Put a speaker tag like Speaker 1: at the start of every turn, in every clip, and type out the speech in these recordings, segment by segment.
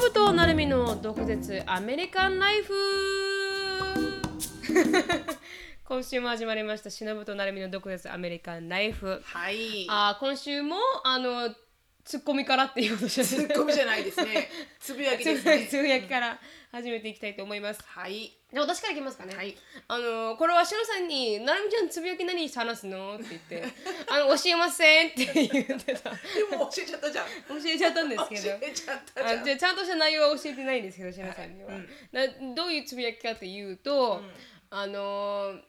Speaker 1: ぶとなるみの毒舌アメリカンライフ 今週も始まりましたしのぶとなるみの毒舌アメリカンライフ
Speaker 2: はい。
Speaker 1: あー今週もあのツッコミからっていうことです
Speaker 2: ツッコミじゃないで すね。つぶやきですね
Speaker 1: つ。ぶやきから始めていきたいと思います
Speaker 2: はい。
Speaker 1: で私からいきますかね、
Speaker 2: はい。
Speaker 1: あのこれはしのさんに「なるみちゃんつぶやき何話すの?」って言 って「あの教えません」って言ってた教
Speaker 2: でも教えちゃったじゃん。
Speaker 1: えちゃったんですけ
Speaker 2: 教
Speaker 1: ど
Speaker 2: えちゃったじゃ
Speaker 1: あ
Speaker 2: ん。
Speaker 1: じゃあちゃんとした内容は教えてないんですけど、しなさんには、
Speaker 2: はい
Speaker 1: などういうつぶやきかっていうと、あのー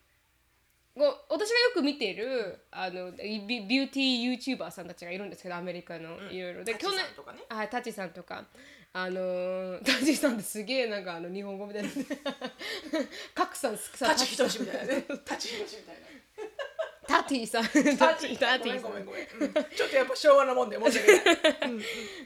Speaker 1: こう私がよく見てるあのビビューティーユーチューバーさんたちがいるんですけどアメリカのいろいろで
Speaker 2: タチさんとかね
Speaker 1: はいタチさんとかあのー タチさんってすげえなんかあの日本語みたいな カクさんさ
Speaker 2: タチひとしみたいなね。タチひとしみたい
Speaker 1: タティさん
Speaker 2: な。タチ
Speaker 1: タ
Speaker 2: ご
Speaker 1: テ
Speaker 2: めん
Speaker 1: ィさ
Speaker 2: ごめん
Speaker 1: ん
Speaker 2: ごめん。うんちょっとやっぱ昭和なもんで申し訳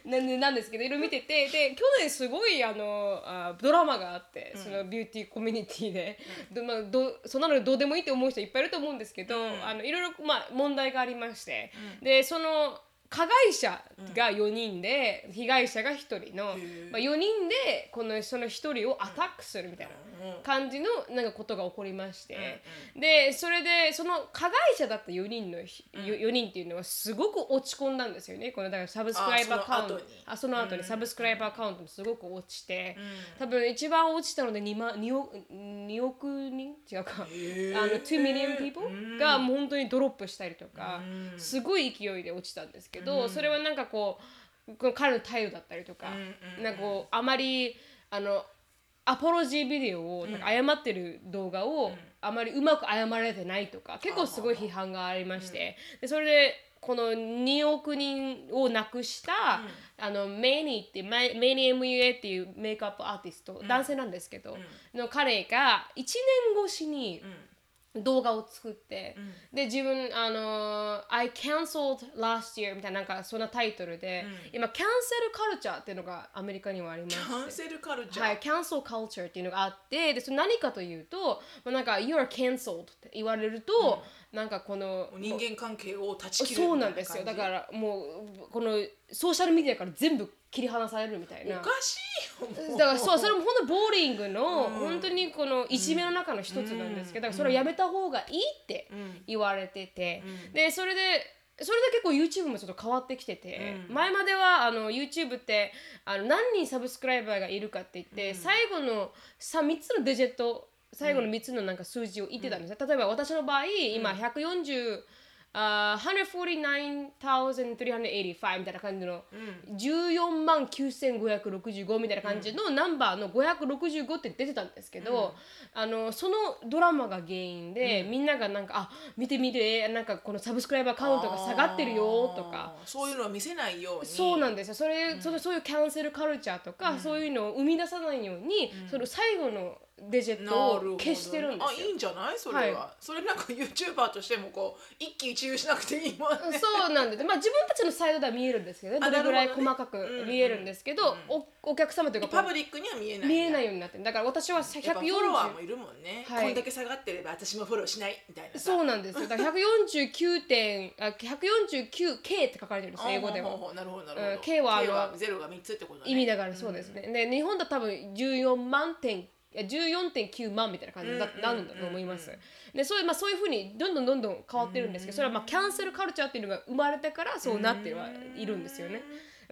Speaker 2: な
Speaker 1: な
Speaker 2: い。
Speaker 1: んでなんですけどいろいろ見ててで去年すごいあのあドラマがあってそのビューティーコミュニティで、どまあ、どそんなのどうでもいいって思う人いっぱいいると思うんですけど、あのいろいろ、まあ、問題がありまして、でその加害者が4人で、被害者が1人の、
Speaker 2: ー
Speaker 1: まあ、4人でこのその1人をアタックするみたいな。
Speaker 2: うん
Speaker 1: 感じのなんかことが起こりまして、でそれでその加害者だった4人のひ、よ4人っていうのはすごく落ち込んだんですよねこのだからサブスクライバーアカウントあ
Speaker 2: あ
Speaker 1: その後にサブスクライバーアカウントもすごく落ちて、
Speaker 2: う
Speaker 1: 多分一番落ちたので 2, 万2億2億人違うか、
Speaker 2: へー
Speaker 1: あの2 million people、
Speaker 2: うん
Speaker 1: がもう本当にドロップしたりとか、
Speaker 2: うん
Speaker 1: すごい勢いで落ちたんですけど、それはなんかこうこの彼の態度だったりとか、
Speaker 2: うんうん
Speaker 1: なんかこうあまりあのアポロジービデオをなんか謝ってる動画をあまりうまく謝られてないとか結構すごい批判がありまして、でそれでこの2億人を亡くした、あのメイニーってマイメイニー MUA っていうメイクアップアーティスト、男性なんですけど、の彼が1年越しに動画を作って、で自分あの「I cancelled last year」みたいななんかそんなタイトルで、今キャンセルカルチャーっていうのがアメリカにはありまして
Speaker 2: カンセルカルチ
Speaker 1: は
Speaker 2: ャ
Speaker 1: い、
Speaker 2: ー。
Speaker 1: キャンセルカルチャーっていうのがあってでそれ何かというと、まあ、なんか「You are cancelled」って言われると、なんかこの
Speaker 2: 人間関係を断ち切る
Speaker 1: そう
Speaker 2: みた
Speaker 1: ないんですよだ
Speaker 2: 感
Speaker 1: からもうこのソーシャルメディアから全部切り離されるみたい
Speaker 2: じ
Speaker 1: な
Speaker 2: おかしいよも
Speaker 1: だからそうそれも本当ボーリングの、本当にこのいじめの中の一つなんですけど、だからそれをやめた方がいいって言われてて、でそれでそれで結構 YouTube もちょっと変わってきてて、前まではあの YouTube ってあの何人サブスクライバーがいるかって言って、最後のさ3つのデジェット最後の3つのなんか数字を言ってたんですよ、例えば私の場合今140、あー149,385みたいな感じの、14万9565みたいな感じのナンバーの565って出てたんですけど、あのそのドラマが原因で、みんながなんか「あ見て見てなんかこのサブスクライバーカウントが下がってるよ」とか
Speaker 2: あーそういうのは見せないように
Speaker 1: そうなんですよそれ、そのそういうキャンセルカルチャーとか、そういうのを生み出さないように、その最後のデジェッ
Speaker 2: なるほ
Speaker 1: トを
Speaker 2: どね
Speaker 1: 消してるんです
Speaker 2: あ
Speaker 1: よ
Speaker 2: いい。んじゃないそれは、
Speaker 1: は
Speaker 2: それなんか YouTuber としてもこう一喜一憂しなくていいもんね
Speaker 1: そうなんです、まあ、自分たちのサイドでは見えるんですけどね
Speaker 2: あ
Speaker 1: どれぐらい
Speaker 2: なるほ
Speaker 1: 細
Speaker 2: ど
Speaker 1: か
Speaker 2: ねうん
Speaker 1: く
Speaker 2: うん
Speaker 1: 見えるんですけど、おお客様というか
Speaker 2: パブリックには見えない
Speaker 1: 見えないいようになってるだから私は
Speaker 2: やっぱフォロワーも
Speaker 1: 140
Speaker 2: いるもんね、
Speaker 1: はい
Speaker 2: こんだけ下がってれば私もフォローしないみたいな
Speaker 1: そううなんですよだから149点あ 149K って書かれてるんですよ英語では
Speaker 2: なるほどなるほど、
Speaker 1: うん K はあの
Speaker 2: ゼロが3つってことだね
Speaker 1: 意味だからそうですね、で日本だと多分14万点いや14.9万みたいな感じにななるんだと思います。でそういうまあそういうふうにどんどんどんどん変わってるんですけど、それはまあキャンセルカルチャーっていうのが生まれてからそうなってはいるんですよね。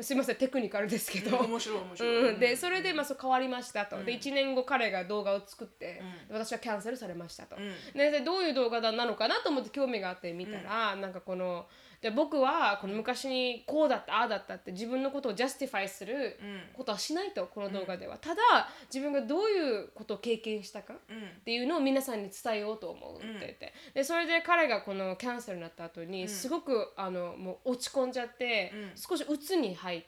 Speaker 1: すいませんテクニカルですけど。
Speaker 2: 面白い面白い、
Speaker 1: うん、でそれで、まあ、そう変わりましたと、で1年後彼が動画を作って、私はキャンセルされましたと、ででどういう動画なのかなと思って興味があって見たら、なんかこので僕はこの昔にこうだったああだったって自分のことをジャスティファイすることはしないとこの動画では、ただ自分がどういうことを経験したか、っていうのを皆さんに伝えようと思うって言って、でそれで彼がこのキャンセルになった後に、すごくあのもう落ち込んじゃって、少し鬱に入っ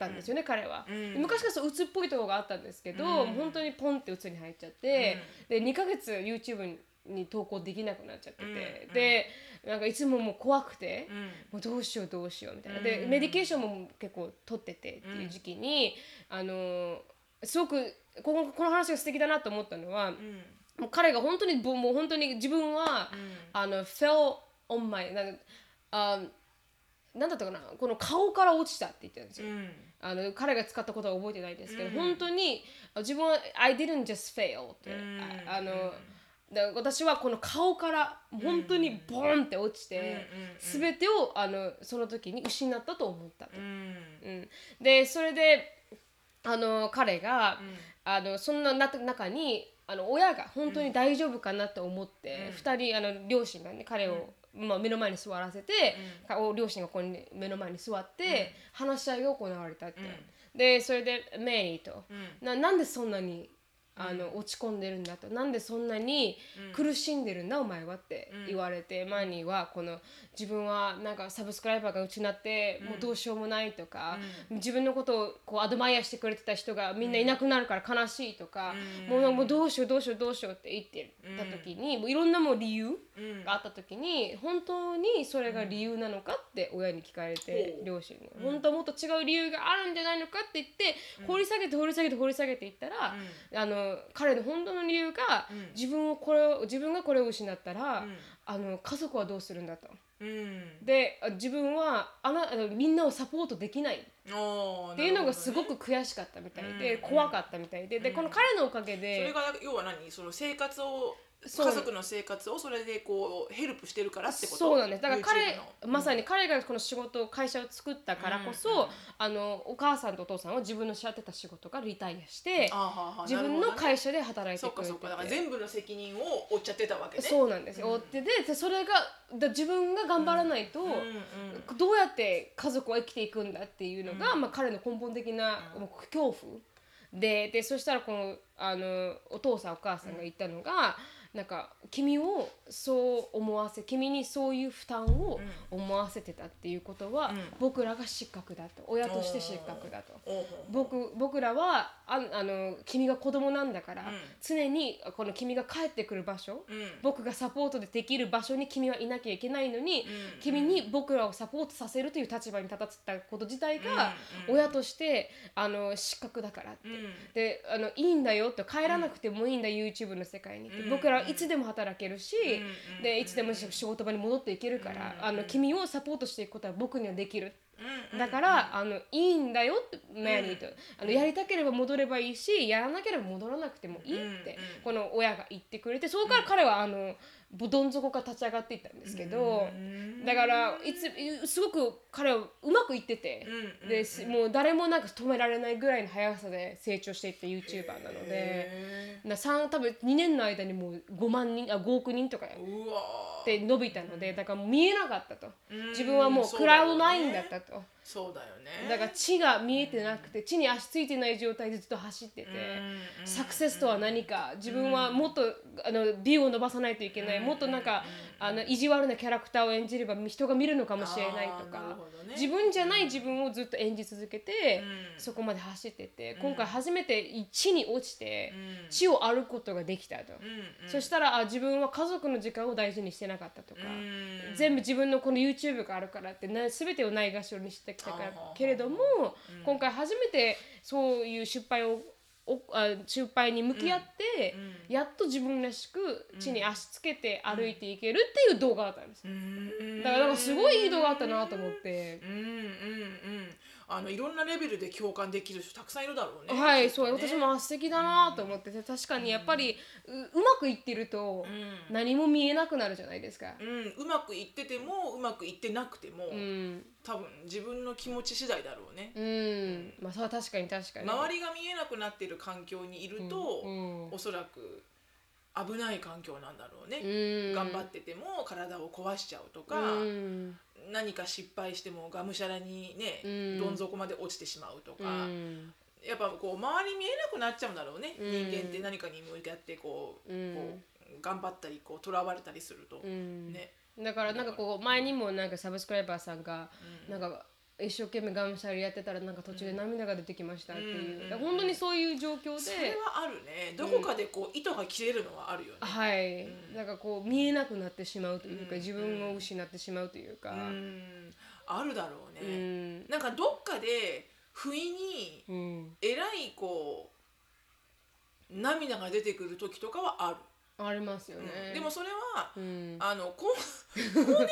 Speaker 1: たんですよね、彼は、で昔からそう鬱っぽいところがあったんですけど、本当にポンって鬱に入っちゃって、で2ヶ月 YouTube に投稿できなくなっちゃってて、でなんかいつももう怖くて、もうどうしようどうしようみたいな、でメディケーションも結構取っててっていう時期に、あのすごくこのこの話が素敵だなと思ったのは、もう彼が本当にぼもう本当に自分は、あの fell on my なんかあなんだったかなこの顔から落ちたって言ってたんです
Speaker 2: う
Speaker 1: よ、
Speaker 2: ん
Speaker 1: あの彼が使ったことは覚えてないんですけど、
Speaker 2: うん
Speaker 1: 本当にあ自分は「I didn't just fail」って、
Speaker 2: うん
Speaker 1: ああの、
Speaker 2: うん
Speaker 1: だ私はこの顔から本当にボーンって落ちて、
Speaker 2: うんうんうん
Speaker 1: 全てをあのその時に失ったと思ったと
Speaker 2: う、ん
Speaker 1: うん、でそれであの彼が、
Speaker 2: うん
Speaker 1: あのそんなな中にあの親が本当に大丈夫かなって思って、二人あの両親がね彼を、まあ、目の前に座らせて、かお両親がここに目の前に座って、話し合いが行われたって、でそれでメリーと、ななんでそんなにあの、落ち込んでるんだとなんでそんなに苦しんでるんだ、お前はって言われて、マニーはこの自分はなんかサブスクライバーが失って、もうどうしようもないとか、自分のことをこうアドマイアしてくれてた人がみんないなくなるから悲しいとか、もうなんかもうどうしようどうしようどうしようって言ってた時に、もういろんなもう理由
Speaker 2: うん
Speaker 1: があった時に本当にそれが理由なのかって親に聞かれて、
Speaker 2: ほう
Speaker 1: 両親に本当はもっと違う理由があるんじゃないのかって言って掘り下げて掘り下げて掘り下げていったら、あの彼の本当の理由が、
Speaker 2: うん
Speaker 1: 自分をこれを自分がこれを失ったら、
Speaker 2: うん
Speaker 1: あの家族はどうするんだと。
Speaker 2: うん
Speaker 1: であ自分はあなあのみんなをサポートできない
Speaker 2: おー
Speaker 1: っていうの
Speaker 2: なるほどね
Speaker 1: がすごく悔しかったみたいで、
Speaker 2: うん
Speaker 1: 怖かったみたいで、でこの彼のおかげ
Speaker 2: それ
Speaker 1: で
Speaker 2: が要は何その生活を
Speaker 1: そう
Speaker 2: 家族の生活をそれでこうヘルプしてるからってこと
Speaker 1: そうなんですだから
Speaker 2: YouTube
Speaker 1: 彼
Speaker 2: の
Speaker 1: まさに彼がこの仕事を会社を作ったからこそ、
Speaker 2: うんうん
Speaker 1: あのお母さんとお父さんは自分のしってた仕事がリタイアして
Speaker 2: あーはーはー
Speaker 1: 自分の会社で働いて
Speaker 2: そっ
Speaker 1: く
Speaker 2: か
Speaker 1: れ
Speaker 2: そ
Speaker 1: て
Speaker 2: っかだから
Speaker 1: て。
Speaker 2: 全部の責任を負っちゃってたわけね
Speaker 1: そうなんですよ、追ってででそれがだ自分が頑張らないと、
Speaker 2: うんうん
Speaker 1: どうやって家族は生きていくんだっていうのが、まあ、彼の根本的な
Speaker 2: うん
Speaker 1: もう恐怖ででそしたらこのあのお父さんお母さんが言ったのが、なんか君をそう思わせ君にそういう負担を思わせてたっていうことは、
Speaker 2: うん
Speaker 1: 僕らが失格だと親として失格だと。
Speaker 2: おう
Speaker 1: 僕僕らはああの君が子供なんだから、
Speaker 2: うん
Speaker 1: 常にこの君が帰ってくる場所、
Speaker 2: うん
Speaker 1: 僕がサポートでできる場所に君はいなきゃいけないのに、
Speaker 2: うん
Speaker 1: 君に僕らをサポートさせるという立場に立たせたこと自体が、
Speaker 2: うん
Speaker 1: 親としてあの失格だからって。
Speaker 2: うん
Speaker 1: であのいいんだよって帰らなくてもいいんだ、YouTube の世界にって、
Speaker 2: うん
Speaker 1: 僕らはいつでも働けるし、
Speaker 2: うん
Speaker 1: でいつでも仕事場に戻っていけるから、あの君をサポートしていくことは僕にはできる
Speaker 2: うん
Speaker 1: だから、あのいいんだよってメアリーと、あのやりたければ戻ればいいしやらなければ戻らなくてもいいって、
Speaker 2: うんうん
Speaker 1: この親が言ってくれてそこから彼はあのぼどん底から立ち上がっていったんですけど、
Speaker 2: うん
Speaker 1: だからいつすごく彼はうまくいってて、
Speaker 2: うん
Speaker 1: ですもう誰もなんか止められないぐらいの速さで成長していった YouTuber なので。
Speaker 2: へ
Speaker 1: な3多分2年の間にもう5万人あ5億人とか
Speaker 2: ーうわー
Speaker 1: で伸びたのでだからもう見えなかったと
Speaker 2: うん
Speaker 1: 自分はもう
Speaker 2: そう
Speaker 1: クラ
Speaker 2: だよ
Speaker 1: ウ
Speaker 2: ね
Speaker 1: ドないんだったと
Speaker 2: そうだよね
Speaker 1: だから地が見えてなくて地に足ついてない状態でずっと走ってて
Speaker 2: うん
Speaker 1: サクセスとは何か自分はもっとあの美を伸ばさないといけないもっとなんかあの意地悪なキャラクターを演じれば人が見るのかもしれないと
Speaker 2: あーなる
Speaker 1: か
Speaker 2: ほどね
Speaker 1: 自分じゃない自分をずっと演じ続けて
Speaker 2: うん
Speaker 1: そこまで走ってて今回初めて地に落ちて
Speaker 2: うん
Speaker 1: 地を歩くことができたと。
Speaker 2: うん
Speaker 1: そしたらあ自分は家族の時間を大事にしてなかったとか、
Speaker 2: うん
Speaker 1: 全部自分のこの YouTube があるからってな全てをないがしろにしてきたか
Speaker 2: あ
Speaker 1: ら
Speaker 2: ー
Speaker 1: けれども、今回初めてそういう失敗をおあ失敗に向き合って、やっと自分らしく地に足つけて歩いていけるっていう動画だったんです、
Speaker 2: うん
Speaker 1: だからなんかすごいいい動画あったなと思って
Speaker 2: う、んうんうんあのいろんなレベルで共感できる人たくさんいるだろうね
Speaker 1: はい
Speaker 2: きっと
Speaker 1: そう
Speaker 2: ね
Speaker 1: 私もあ素敵だなと思ってて確かにやっぱりううまくいってると
Speaker 2: うん
Speaker 1: 何も見えなくなるじゃないですか。
Speaker 2: うん、うまくいっててもうまくいってなくても、
Speaker 1: うん
Speaker 2: 多分自分の気持ち次第だろうね、
Speaker 1: うん、まあそれは確かに確かに。
Speaker 2: 周りが見えなくなってる環境にいると、
Speaker 1: うん
Speaker 2: おそらく危ない環境なんだろうね、
Speaker 1: り
Speaker 2: 頑張ってても体を壊しちゃうとか、
Speaker 1: うん
Speaker 2: 何か失敗してもがむしゃらにね、
Speaker 1: うん
Speaker 2: どん底まで落ちてしまうと
Speaker 1: う
Speaker 2: か、
Speaker 1: ん
Speaker 2: やっぱこう周り見えなくなっちゃうんだろうね、
Speaker 1: うん
Speaker 2: 人間って何かに向かってこう,、
Speaker 1: うん
Speaker 2: こう頑張ったりこうとらわれたりすると、
Speaker 1: うん
Speaker 2: ね
Speaker 1: だからなんかこう前にもなんかサブスクライバーさんが
Speaker 2: うん
Speaker 1: なんか一生懸命がむしゃらにやってたらなんか途中で涙が出てきましたっていう、
Speaker 2: うん
Speaker 1: だから本当にそういう状況
Speaker 2: それ
Speaker 1: で、
Speaker 2: はあるねどこかでこう糸が切れるのはあるよね。
Speaker 1: はい、
Speaker 2: うん
Speaker 1: なんかこう見えなくなってしまうというか、
Speaker 2: うん
Speaker 1: 自分を失ってしまうというか、
Speaker 2: うんあるだろう
Speaker 1: う
Speaker 2: ね、
Speaker 1: ん
Speaker 2: なんかどっかで不意に
Speaker 1: うん
Speaker 2: えらいこう涙が出てくる時とかはあ
Speaker 1: ありますよ
Speaker 2: る、
Speaker 1: ね。
Speaker 2: でもそれは、
Speaker 1: うん
Speaker 2: あの更更年期障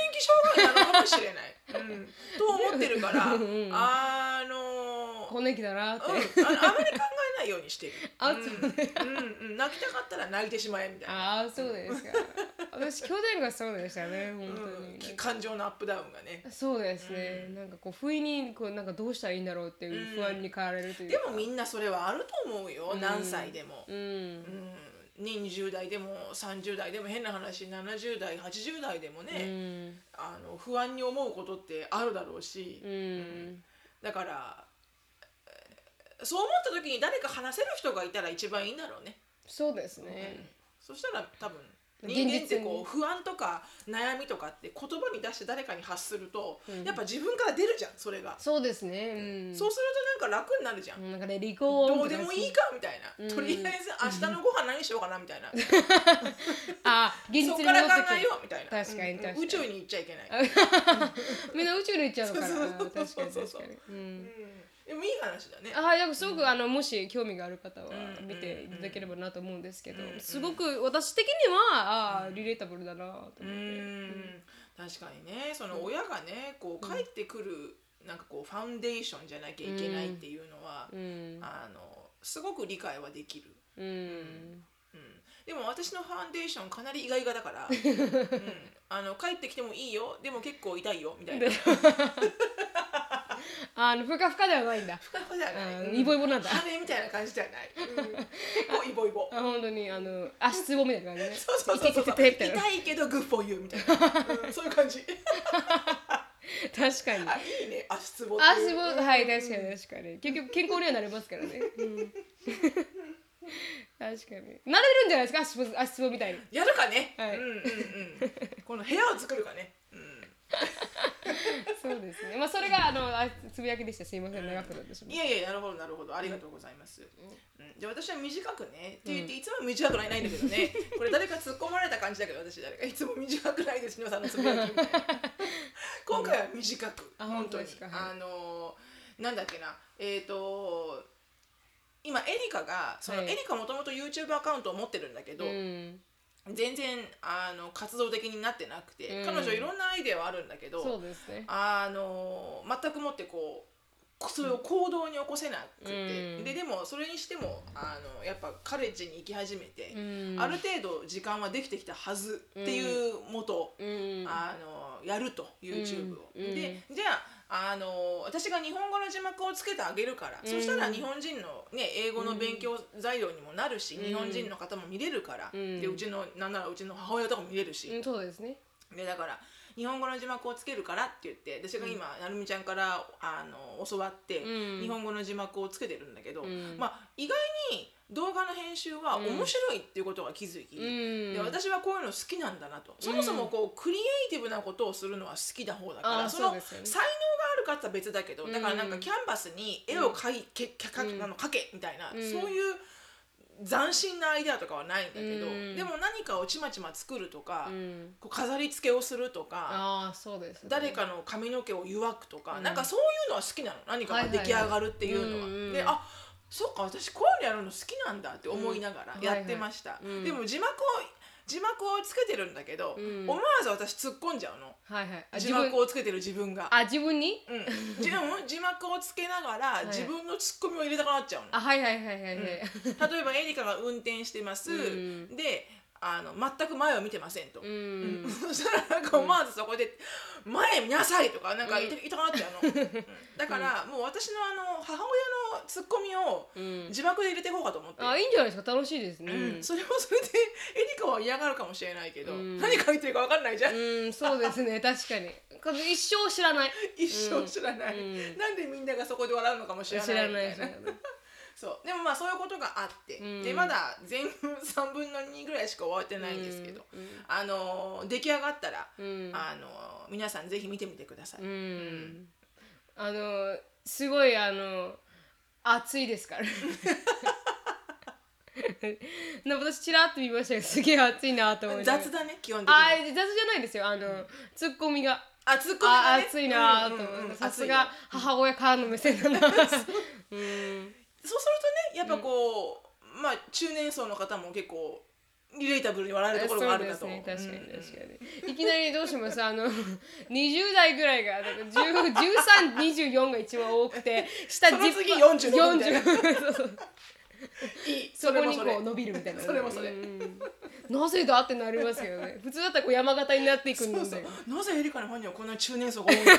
Speaker 2: 害なのかもしれない、うんと思ってるから
Speaker 1: うんうん
Speaker 2: あの
Speaker 1: こんなん来たらって、
Speaker 2: うん、ああまり考えないようにしてる。
Speaker 1: あ
Speaker 2: うん、うん、うん、泣きたかったら泣いてしまえみたいな。
Speaker 1: ああそうです か私去年がそうでしたね本当
Speaker 2: うん
Speaker 1: に、なん、か
Speaker 2: 感情のアップダウンがね。
Speaker 1: そうですね、なんかこう不意にこうなんかどうしたらいいんだろうっていう不安に駆られるという
Speaker 2: で
Speaker 1: か
Speaker 2: もみんなそれはあると思うよ。
Speaker 1: うん
Speaker 2: 何歳でも。
Speaker 1: うん、
Speaker 2: うん、20代でも30代でも変な話70代80代でも
Speaker 1: う
Speaker 2: ね、
Speaker 1: ん
Speaker 2: あの不安に思うことってあるだろうし、
Speaker 1: うん
Speaker 2: だからえーそう思った時に誰か話せる人がいたら一番いいんだろうね。
Speaker 1: そうですね、
Speaker 2: そしたら多分
Speaker 1: 現実
Speaker 2: 人
Speaker 1: に
Speaker 2: 間ってこう不安とか悩みとかって言葉に出して誰かに発すると、
Speaker 1: うん
Speaker 2: やっぱ自分から出るじゃんそれが、
Speaker 1: そうですねうん
Speaker 2: そうするとなんか楽になるじゃん、
Speaker 1: なんかね離婚
Speaker 2: どうでもいいかみたいな、
Speaker 1: うん
Speaker 2: とりあえず明日のご飯何しようかなみたいな、
Speaker 1: あ現実に
Speaker 2: そ
Speaker 1: 戻って
Speaker 2: こから考
Speaker 1: く
Speaker 2: え
Speaker 1: る
Speaker 2: ようみたいな
Speaker 1: 確かに
Speaker 2: うん
Speaker 1: 確かに
Speaker 2: 宇宙に行っちゃいけない、
Speaker 1: みんな宇宙に行っちゃうから
Speaker 2: そう
Speaker 1: 確かに
Speaker 2: そうそうそ
Speaker 1: 確
Speaker 2: う
Speaker 1: かに、う
Speaker 2: うん
Speaker 1: ん、
Speaker 2: でもいい話だね
Speaker 1: あはいなんかすごく、あのもし興味がある方は
Speaker 2: うん
Speaker 1: 見ていただければなと思うんですけど、
Speaker 2: うん
Speaker 1: すごく私的にはあーリレータブルだなと思って、
Speaker 2: うん確かにねその親がねこう帰ってくる、なんかこうファンデーションじゃなきゃいけないっていうのは、
Speaker 1: うん
Speaker 2: あのすごく理解はできる
Speaker 1: うん
Speaker 2: うんでも私のファンデーションかなり意外が だから、うん、あの帰ってきてもいいよでも結構痛いよみた いな
Speaker 1: であのふかふかではないんだ
Speaker 2: ふかふかじゃない、
Speaker 1: う
Speaker 2: うんん、
Speaker 1: イボイボなんだ
Speaker 2: 羽みたいな感じじゃない、うん、 結構イボイボ
Speaker 1: あ本当にあの足つぼみたいな感じね
Speaker 2: そうそうそうそう
Speaker 1: 痛い
Speaker 2: 痛
Speaker 1: 痛い
Speaker 2: い
Speaker 1: 痛いみたいな
Speaker 2: けどグッフォーユーみたいな、うん、そういう 感じ
Speaker 1: 確かに
Speaker 2: あいいね足つぼって
Speaker 1: 足
Speaker 2: い
Speaker 1: つ
Speaker 2: う
Speaker 1: ぼはい確かに確かに結局健康にはなりますからね、うん 確かになれるんじゃないですか足つぼ足つぼみたいに
Speaker 2: やるかね、
Speaker 1: はい
Speaker 2: うんうんうんこの部屋を作るかね、う
Speaker 1: そうですねまあそれがあのあつぶやきでしたすいません長くなってしま
Speaker 2: ん、
Speaker 1: う
Speaker 2: いやいやなるほどなるほどありがとうございます、うんじゃあ私は短くねって言っていつも短くないないんだけど ね、これ誰か突っ込まれた感じだけど私誰かいつも短くないです篠さんのつぶやきみたい な今回は短く、
Speaker 1: あ
Speaker 2: 本
Speaker 1: 本
Speaker 2: 当
Speaker 1: 当
Speaker 2: に
Speaker 1: ですかはい
Speaker 2: あのーなんだっけなえっ、と今エリカがその、
Speaker 1: はい
Speaker 2: エリカもともと YouTube アカウントを持ってるんだけど、
Speaker 1: うん
Speaker 2: 全然あの活動的になってなくて、
Speaker 1: うん
Speaker 2: 彼女いろんなアイデアはあるんだけど
Speaker 1: そうですね
Speaker 2: あの全くもってこうそれを行動に起こせなくて、
Speaker 1: うん
Speaker 2: ででもそれにしてもあのやっぱカレッジに行き始めて、
Speaker 1: うん
Speaker 2: ある程度時間はできてきたはずっていうもと、
Speaker 1: うん
Speaker 2: あのやると YouTube を。
Speaker 1: うん
Speaker 2: でじゃああの私が日本語の字幕をつけてあげるから、
Speaker 1: うん
Speaker 2: そしたら日本人の、ね、英語の勉強材料にもなるし、
Speaker 1: うん
Speaker 2: 日本人の方も見れるから、
Speaker 1: うん
Speaker 2: でうちのなんならうちの母親とかも見れるし、
Speaker 1: うんそうですね
Speaker 2: でだから日本語の字幕をつけるからって言って私が今、なるみちゃんからあの教わって、
Speaker 1: うん
Speaker 2: 日本語の字幕をつけてるんだけど、
Speaker 1: うん
Speaker 2: まあ、意外に動画の編集は
Speaker 1: うん
Speaker 2: 面白いっていうことが気づき、
Speaker 1: うん
Speaker 2: で私はこういうの好きなんだなと、そもそもこうクリエイティブなことをするのは好きな方だから
Speaker 1: あー
Speaker 2: その
Speaker 1: そう
Speaker 2: 才能
Speaker 1: で
Speaker 2: が
Speaker 1: すよね
Speaker 2: あるかっては別だけどだからなん
Speaker 1: う
Speaker 2: か
Speaker 1: ん
Speaker 2: キャンバスに絵を描いけけか
Speaker 1: うん
Speaker 2: あの描けみたいな、
Speaker 1: うん
Speaker 2: そういう斬新なアイデアとかはないんだけど、
Speaker 1: うん
Speaker 2: でも何かをちまちま作るとか。
Speaker 1: うん
Speaker 2: こう飾り付けをするとか
Speaker 1: ああそうですね
Speaker 2: 誰かの髪の毛を湯わくとか、
Speaker 1: うん
Speaker 2: なんかそういうのは好きなの何かが出来上がるっていうのは。
Speaker 1: はいはいはいうんうん
Speaker 2: であそっか私こういうのやるの好きなんだって思いながら
Speaker 1: うん
Speaker 2: やってました、
Speaker 1: いはいうん
Speaker 2: でも字幕を字幕をつけてるんだけど、
Speaker 1: うん
Speaker 2: 思わず私突っ込んじゃうの
Speaker 1: はいはいあ
Speaker 2: 字
Speaker 1: 自分
Speaker 2: 幕をつけてる自分が。
Speaker 1: あ自分に
Speaker 2: うん、自分字幕をつけ ながら
Speaker 1: い
Speaker 2: 自分のツッコミを入れたくなっちゃうの。
Speaker 1: あはいはいはいはいはい、
Speaker 2: 例えばエリカが運転してます、
Speaker 1: うん
Speaker 2: であの全く前を見てませんと、
Speaker 1: うん
Speaker 2: うん そしたらなんか思わずそこで「前見なさい!」とかなん か言いた言いたくなっちゃうのうんだからもう私のあの母親のツッコミを
Speaker 1: うん
Speaker 2: 字幕で入れていこうかと思って、
Speaker 1: あいいんじゃないですか楽しいですね
Speaker 2: うんそれもそれでエリカは嫌がるかもしれないけ
Speaker 1: う
Speaker 2: ど、
Speaker 1: ん
Speaker 2: 何書いてるか分かんないじゃん、
Speaker 1: うん、そうですね確かにこれ一生知らない
Speaker 2: 一生知らない、
Speaker 1: うん
Speaker 2: なんでみんながそこで笑うのかもし
Speaker 1: 知
Speaker 2: れ
Speaker 1: ら
Speaker 2: ない
Speaker 1: ない
Speaker 2: みたい
Speaker 1: 知らない
Speaker 2: そうでもまあそういうことがあって、
Speaker 1: うん
Speaker 2: でまだ全部3分の2ぐらいしか終わってないんですけど、
Speaker 1: うん
Speaker 2: あのー出来上がったら、
Speaker 1: うん
Speaker 2: あのー皆さんぜひ見てみてください、
Speaker 1: うん、あのすごいあの暑いですからな私ちらっと見ましたけどすげえ暑いなと思いながら
Speaker 2: 雑だね基本的に
Speaker 1: あ雑じゃないですよあの、ツッコミが
Speaker 2: あツッコミが
Speaker 1: あ
Speaker 2: ね
Speaker 1: 暑いなと
Speaker 2: うん
Speaker 1: 思って、
Speaker 2: うんうん
Speaker 1: さす
Speaker 2: 暑い
Speaker 1: が
Speaker 2: よ
Speaker 1: 母親からの目線だなうん
Speaker 2: そうするとねやっぱこう、まあ中年層の方も結構リレータブルに笑えるところがあるなと
Speaker 1: そう
Speaker 2: 思う。
Speaker 1: ですね確
Speaker 2: うん
Speaker 1: かに確かに、いきなりどうしてもさあの20代ぐらいが1324が一番多くて下
Speaker 2: その
Speaker 1: ジ
Speaker 2: 次
Speaker 1: ッパー
Speaker 2: 46みたいな
Speaker 1: 40そうそう
Speaker 2: いい
Speaker 1: そ
Speaker 2: そ
Speaker 1: こ
Speaker 2: れも
Speaker 1: に
Speaker 2: そ
Speaker 1: こ
Speaker 2: れ
Speaker 1: う伸びるみたいな
Speaker 2: それもそれ
Speaker 1: うんなぜだってなりますけどね普通だったらこう山形になっていくんだ
Speaker 2: そう
Speaker 1: よ
Speaker 2: そ
Speaker 1: そう
Speaker 2: うなぜエリカのファンにはこんな中年層が多いのか、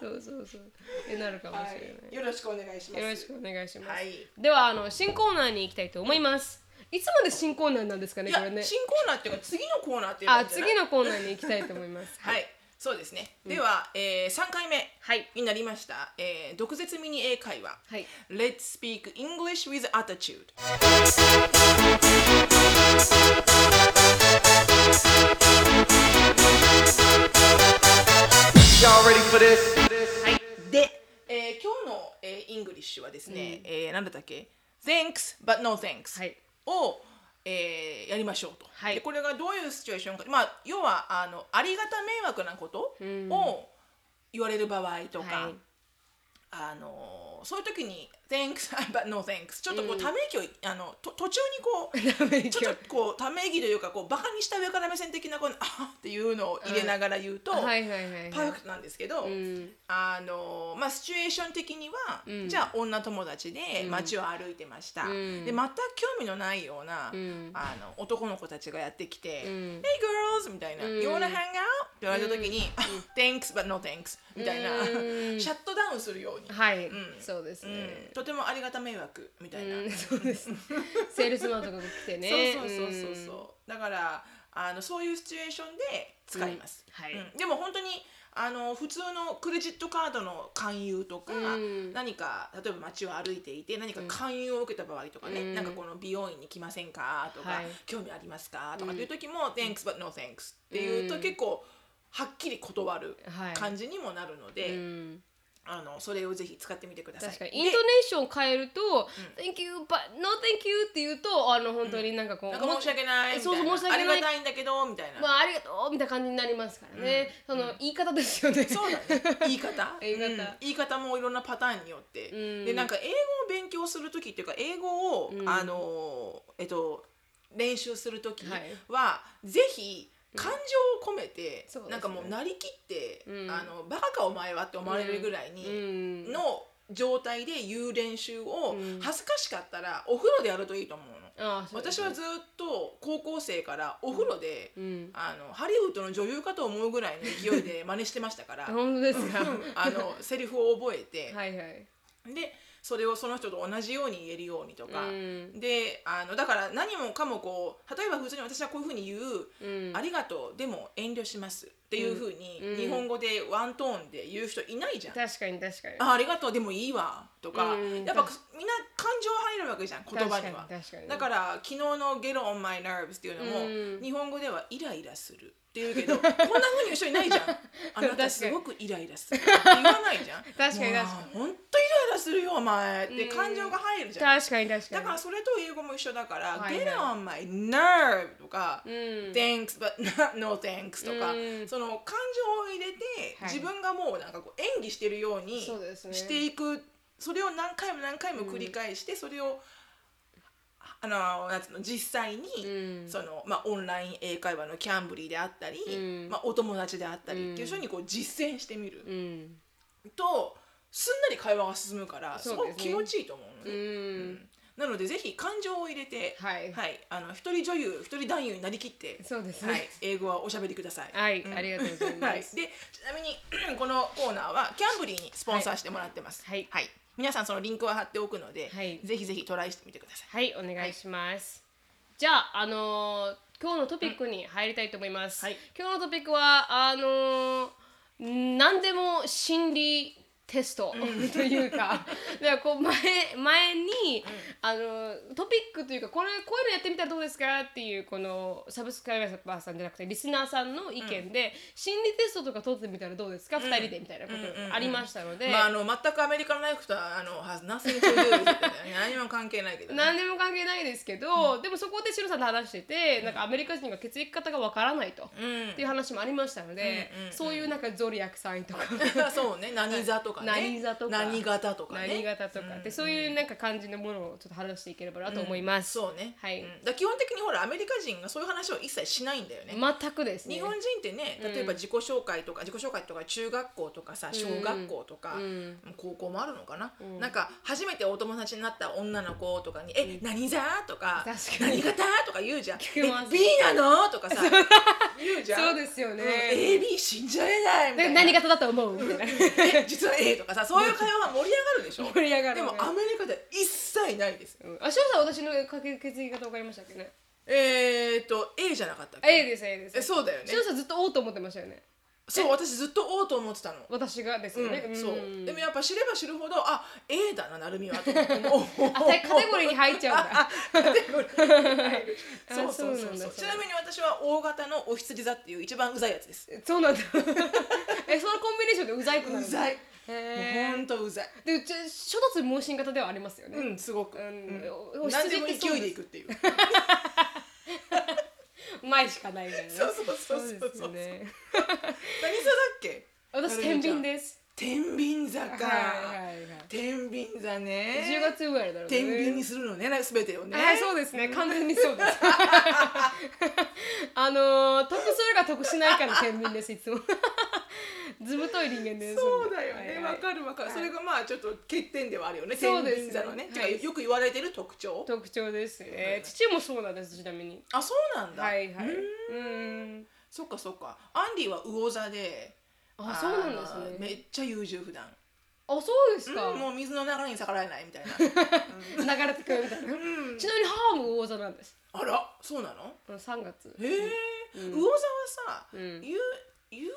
Speaker 1: そうそうってなるかもしれない、
Speaker 2: はい、よろしくお願いします。
Speaker 1: よろしくお願いします、
Speaker 2: はい
Speaker 1: ではあの新コーナーに行きたいと思いますいつまで新コーナーなんですかね
Speaker 2: い
Speaker 1: こ
Speaker 2: や、
Speaker 1: れね
Speaker 2: 新コーナーっていうか次のコーナーっていう
Speaker 1: あ次
Speaker 2: の
Speaker 1: のコーナーに行きたいと思います
Speaker 2: はいそうですね、では、えー、3回目
Speaker 1: はい
Speaker 2: になりました、えー、毒舌ミニ英会話
Speaker 1: はい
Speaker 2: Let's speak English with attitude で、えー、今日の、えー、イングリッシュはですね、えー、なんだったっけ Thanks but no thanks、
Speaker 1: はい
Speaker 2: を、えー、やりましょうと、
Speaker 1: はい
Speaker 2: でこれがどういうシチュエーションか、まあ、要はあのありがた迷惑なこと
Speaker 1: うん
Speaker 2: を言われる場合とか、
Speaker 1: はい
Speaker 2: あのそういう時に「Thanks but no thanks」ちょっとこうため息を、あのと途中にこう
Speaker 1: ため息を
Speaker 2: ちょっとこうため息というかこうバカにした上から目線的なこの「あっ」っていうのを入れながら言うと、
Speaker 1: はいはいはい
Speaker 2: パーフェ
Speaker 1: は
Speaker 2: クトなんですけど、
Speaker 1: いうん
Speaker 2: あのまあ、シチュエーション的には、
Speaker 1: うん
Speaker 2: じゃあ女友達で
Speaker 1: うん
Speaker 2: 街を歩いてました、
Speaker 1: うん
Speaker 2: で全く興味のないような、
Speaker 1: うん
Speaker 2: あの男の子たちがやってきて「
Speaker 1: うん
Speaker 2: Hey girls!」みたいな「
Speaker 1: うん
Speaker 2: You wanna hang out?」って言われた時に「Thanks but no thanks」みたいな、
Speaker 1: うん
Speaker 2: シャットダウンするように、
Speaker 1: はい、
Speaker 2: うん
Speaker 1: そうです
Speaker 2: うん
Speaker 1: ね、
Speaker 2: とてもありがた迷惑みたいな、
Speaker 1: うん そう ですねセールスマンとかが来てね
Speaker 2: そうそうそうそうそうだからあのそういうシチュエーションで使います、
Speaker 1: うんはい
Speaker 2: うんでも本当にあの普通のクレジットカードの勧誘とか、
Speaker 1: うん
Speaker 2: 何か例えば街を歩いていて何か勧誘を受けた場合とかね、
Speaker 1: うん
Speaker 2: なんかこの美容院に来ませんかとか、
Speaker 1: はい
Speaker 2: 興味ありますかと
Speaker 1: う
Speaker 2: か
Speaker 1: ん
Speaker 2: という時も、thanks but no thanks っていうと
Speaker 1: うん
Speaker 2: 結構はっきり断る
Speaker 1: うんはい
Speaker 2: 感じにもなるので、
Speaker 1: うん
Speaker 2: あのそれをぜひ使ってみてください。
Speaker 1: 確かにイントネーションを変えると「Thank you but no thank you」って言うとあの本当になんかこう、
Speaker 2: なんか申し訳ないみたい
Speaker 1: そう
Speaker 2: な
Speaker 1: そう申し訳
Speaker 2: あ
Speaker 1: ない
Speaker 2: りがたいんだけどみたいな、
Speaker 1: まあありがとうみたいな感じになりますからね、その言い方ですよね
Speaker 2: そうだね言い方
Speaker 1: 言い方
Speaker 2: うん言い方もいろんなパターンによって、
Speaker 1: うん
Speaker 2: でなんか英語を勉強する時っていうか英語を、
Speaker 1: うん
Speaker 2: あのえっと練習する時
Speaker 1: はい
Speaker 2: は、ぜひ感情を込めて、
Speaker 1: そうですね
Speaker 2: なんかもうなりきって、
Speaker 1: うん
Speaker 2: あのバカかお前はって思われるぐらいに、
Speaker 1: うん
Speaker 2: の状態で言う練習を、
Speaker 1: うん
Speaker 2: 恥ずかしかったらお風呂でやるといいと思うの。
Speaker 1: ああそうです
Speaker 2: 私
Speaker 1: ね
Speaker 2: はずっと高校生からお風呂で、
Speaker 1: うん
Speaker 2: あのハリウッドの女優かと思うぐらいの勢いで真似してまし たから
Speaker 1: あ本当ですか
Speaker 2: うんあのセリフを覚えて、
Speaker 1: はいはい
Speaker 2: でそれをその人と同じように言えるようにとか、
Speaker 1: うん
Speaker 2: であのだから何もかもこう例えば普通に私はこういうふうに言う
Speaker 1: うん
Speaker 2: 「ありがとうでも遠慮します」っていうふうに、
Speaker 1: うん
Speaker 2: 日本語でワントーンで言う人いないじゃん。
Speaker 1: 確かに確かに
Speaker 2: あありがとうでもいいわとか、
Speaker 1: うん
Speaker 2: やっぱみんな感情入るわけじゃん言葉には
Speaker 1: 確かに確かに
Speaker 2: だから昨日の「Get on my nerves」っていうのも、
Speaker 1: うん
Speaker 2: 日本語では「イライラする」っていうけ どこんな風に言う人いないじゃんあなたすごくイライラするって言わないじゃん確
Speaker 1: かに確かに
Speaker 2: ほんとイライラするよお前って感情が入るじゃん、
Speaker 1: 確かに確か
Speaker 2: だ
Speaker 1: に
Speaker 2: からそれと英語も一緒だから「
Speaker 1: はいはい
Speaker 2: Get on my nerve」とか、
Speaker 1: うん、
Speaker 2: Thanks but not, no thanks とか、
Speaker 1: うん
Speaker 2: その感情を入れて、
Speaker 1: はい
Speaker 2: 自分がもうなんかこう演技してるように
Speaker 1: そうですね
Speaker 2: していくそ,、れを何回も何回も繰り返して、それをあのなんつうの実際に、
Speaker 1: うん
Speaker 2: そのまあ、オンライン英会話のキャンブリーであったり、
Speaker 1: うん
Speaker 2: まあ、お友達であったり
Speaker 1: うん
Speaker 2: っていう人にこう実践してみる
Speaker 1: うん
Speaker 2: とすんなり会話が進むからす
Speaker 1: そう
Speaker 2: ご
Speaker 1: ですね
Speaker 2: く気持ちいいと思う
Speaker 1: う
Speaker 2: のね。
Speaker 1: ん
Speaker 2: なのでぜひ感情を入れて、
Speaker 1: はい
Speaker 2: あの一人女優一人男優になりきって
Speaker 1: そうですね
Speaker 2: はい、英語はおしゃべりください。
Speaker 1: はい、
Speaker 2: うん
Speaker 1: ありがとうござい
Speaker 2: は
Speaker 1: ま、
Speaker 2: い、ですちなみにこのコーナーはキャンブリーにスポンサーしてもらってます。
Speaker 1: はい
Speaker 2: 皆さんそのリンクは貼っておくので、
Speaker 1: はい
Speaker 2: ぜひぜひトライしてみてください。
Speaker 1: はい、お願いします。じゃあ、あのー今日のトピックに入りたいと思います。
Speaker 2: はい
Speaker 1: 今日のトピックは、あのー何でも心理テストというか、だからこう前前に、あのートピックというか、これこういうのやってみたらどうですかっていうこのサブスクライバーさんじゃなくてリスナーさんの意見で、心理テストとか取ってみたらどうですか、二人でみたいなこ
Speaker 2: うんうんうん
Speaker 1: とありましたので。
Speaker 2: まああの全くアメリカのナイフとはあの has nothing to do with it 何も関係ないけど、
Speaker 1: 何でも関係ないですけど、でもそこでシロさんと話してて、なんかアメリカ人が血液型がわからないと、
Speaker 2: うん
Speaker 1: っていう話もありましたので、
Speaker 2: うんうんうん
Speaker 1: そういうなんかゾリアクサインとか
Speaker 2: そうね何座とかね
Speaker 1: 何座とか
Speaker 2: 何型とかね
Speaker 1: 何型とかって、そういうなんか感じのものをちょっと話していければなと思います、
Speaker 2: そうね、
Speaker 1: はい
Speaker 2: うんだから基本的にほらアメリカ人がそういう話を一切しないんだよね
Speaker 1: 全くですね
Speaker 2: 日本人ってね例えば自己紹介とか、自己紹介とか中学校とかさ小学校とか、
Speaker 1: うん
Speaker 2: 高校もあるのかな、
Speaker 1: うん
Speaker 2: なんか初めてお友達になった女の子とかに「え何座?」とか
Speaker 1: 確かに
Speaker 2: 何型?」とか言うじゃん「
Speaker 1: 聞
Speaker 2: え
Speaker 1: きます
Speaker 2: B なの?」とかさ言うじゃん
Speaker 1: そうですよ
Speaker 2: うん
Speaker 1: ね、
Speaker 2: AB 信じられないみた
Speaker 1: ない
Speaker 2: な
Speaker 1: 何型だと思うみたいな
Speaker 2: え実は A とかさそういう会話が盛り上がるでしょ
Speaker 1: 盛り上がる
Speaker 2: で
Speaker 1: ね
Speaker 2: もアメリカでは一切ないです
Speaker 1: うんあ、しおさん私のかけ血液型わかりましたっけね
Speaker 2: えー、っと A じゃなかったっけ
Speaker 1: A です、A です。
Speaker 2: えそうだよね
Speaker 1: しおさんずっと O と思ってましたよね。
Speaker 2: そう私ずっと O と思ってたの
Speaker 1: 私がですよね。
Speaker 2: うん、そ
Speaker 1: ん
Speaker 2: うでもやっぱ知れば知るほどあ A だななるみはと思う
Speaker 1: あ、カテゴリーに入っちゃうんだ。
Speaker 2: そ
Speaker 1: あ
Speaker 2: うそうそう
Speaker 1: そうなん
Speaker 2: そ
Speaker 1: だ
Speaker 2: うちなみに私は O 型のお羊座っていう一番うざいやつです
Speaker 1: そう なんだ。え、そのコンビネーションでうざいくな
Speaker 2: う
Speaker 1: る。
Speaker 2: ざい
Speaker 1: へ
Speaker 2: ほ
Speaker 1: ー
Speaker 2: んとうざい
Speaker 1: で、うち、初突盲信型ではありますよね。
Speaker 2: うんすごく、
Speaker 1: うん
Speaker 2: うん、何でも勢いでいくっていう
Speaker 1: 前しかないみたいなね。
Speaker 2: そうそうそうそ
Speaker 1: そ
Speaker 2: う
Speaker 1: うですよね。
Speaker 2: 何座だっけ
Speaker 1: 私、
Speaker 2: なる
Speaker 1: 天
Speaker 2: みちゃん
Speaker 1: 秤です。
Speaker 2: 天秤座
Speaker 1: はい
Speaker 2: か、
Speaker 1: はいはい。
Speaker 2: 天秤座
Speaker 1: 10
Speaker 2: ね
Speaker 1: 月生まれだろうね。
Speaker 2: 天秤にするのねすべてをね
Speaker 1: はい、そうですね。完全にそうです。 あのー、得するか得しないかの天秤です、いつも。 ずぶとい人間です。
Speaker 2: そうだよ
Speaker 1: はい
Speaker 2: ね、
Speaker 1: は
Speaker 2: わ、
Speaker 1: い
Speaker 2: かるわかる、それがまあちょっと欠点ではあるよね。
Speaker 1: そうです
Speaker 2: 天秤座のね、て
Speaker 1: はい
Speaker 2: かよく言われてる特徴。
Speaker 1: 特徴です
Speaker 2: はい
Speaker 1: ね。父もそうなんです、ちなみに。
Speaker 2: あ、そうなんだ。
Speaker 1: はいは
Speaker 2: う
Speaker 1: い。
Speaker 2: ん
Speaker 1: うん。
Speaker 2: そっかそっか。アンディは魚座で。
Speaker 1: あ、そうなんです
Speaker 2: あのめ
Speaker 1: ね。
Speaker 2: っちゃ優柔不断。
Speaker 1: あ、そうですか
Speaker 2: うん、。もう水の流れに逆らえないみたいな。
Speaker 1: 流れてくるみたいな。
Speaker 2: うん、
Speaker 1: ちなみに母も魚座なんです。
Speaker 2: あら、そうなの。
Speaker 1: うん3月。
Speaker 2: へえ、
Speaker 1: うん
Speaker 2: 魚座はさ、
Speaker 1: うん
Speaker 2: ゆ優柔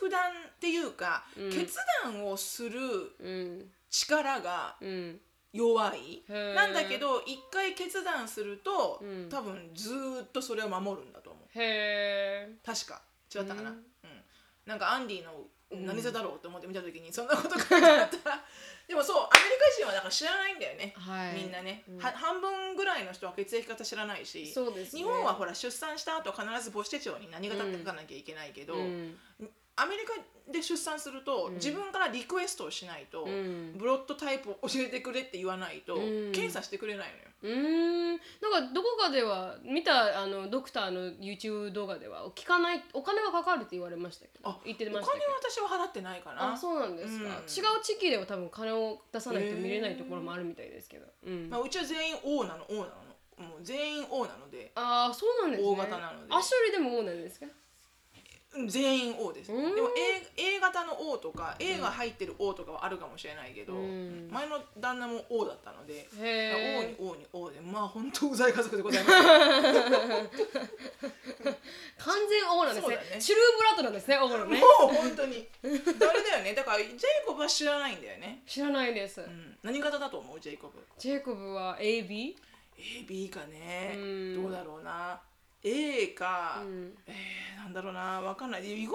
Speaker 2: 不断っていうか、
Speaker 1: うん
Speaker 2: 決断をする
Speaker 1: うん。
Speaker 2: 力が
Speaker 1: うん。
Speaker 2: 弱い。
Speaker 1: へー
Speaker 2: なんだけ。ど一回決断すると、
Speaker 1: うん
Speaker 2: 多分ずーっとそれを守るんだと思う
Speaker 1: へー
Speaker 2: 確か違ったかな、
Speaker 1: う
Speaker 2: うんんなんかアンディの
Speaker 1: うん
Speaker 2: 何座だろうと思って見た時にそんなこと書い てあったでもそうアメリカ人はだから知らないんだよね、
Speaker 1: はい。
Speaker 2: みんなね、
Speaker 1: うん
Speaker 2: は半分ぐらいの人は血液型知らないし
Speaker 1: そうですね。
Speaker 2: 日本はほら出産した後必ず母子手帳に何型って書かなきゃいけないけど、
Speaker 1: うん。
Speaker 2: アメリカで出産すると、
Speaker 1: うん
Speaker 2: 自分からリクエストをしないと、
Speaker 1: うん。
Speaker 2: ブロッドタイプを教えてくれって言わないと、
Speaker 1: うん
Speaker 2: 検査してくれないのよ
Speaker 1: うーんなんかどこかでは見たあのドクターの YouTube 動画では聞かないお金はかかるって言われましたけど
Speaker 2: あ
Speaker 1: 言って
Speaker 2: お
Speaker 1: ま
Speaker 2: 金
Speaker 1: し
Speaker 2: は
Speaker 1: たけど
Speaker 2: 私は払ってないかな
Speaker 1: あそうなんですか、
Speaker 2: うん
Speaker 1: 違う地域では多分金を出さないと見れないところもあるみたいですけど、うん
Speaker 2: まあ、うちは全員 O なの O なのもう全員 O なので
Speaker 1: ああそうなんですね
Speaker 2: O 型なので
Speaker 1: アシュリーでも O なんですか
Speaker 2: うん全員 O です
Speaker 1: う
Speaker 2: でも
Speaker 1: ーん
Speaker 2: A, A 型の O とか A が入ってる O とかはあるかもしれないけど、
Speaker 1: うん
Speaker 2: 前の旦那も O だったので、
Speaker 1: へえ
Speaker 2: O に O に O でまあ本当うざい家族でございます
Speaker 1: 完全 O なんです
Speaker 2: そう
Speaker 1: ね
Speaker 2: だね
Speaker 1: シュルーブラッドなんですね O の
Speaker 2: も
Speaker 1: ね
Speaker 2: う本当にあれだよねだからジェイコブは知らないんだよね、
Speaker 1: 知らないです、
Speaker 2: うん、何型だと思うジェイコブ
Speaker 1: ジェイコブは AB?
Speaker 2: AB かね
Speaker 1: うん
Speaker 2: どうだろうな A か、
Speaker 1: うん
Speaker 2: えー、なんだろうなわかんないで意外に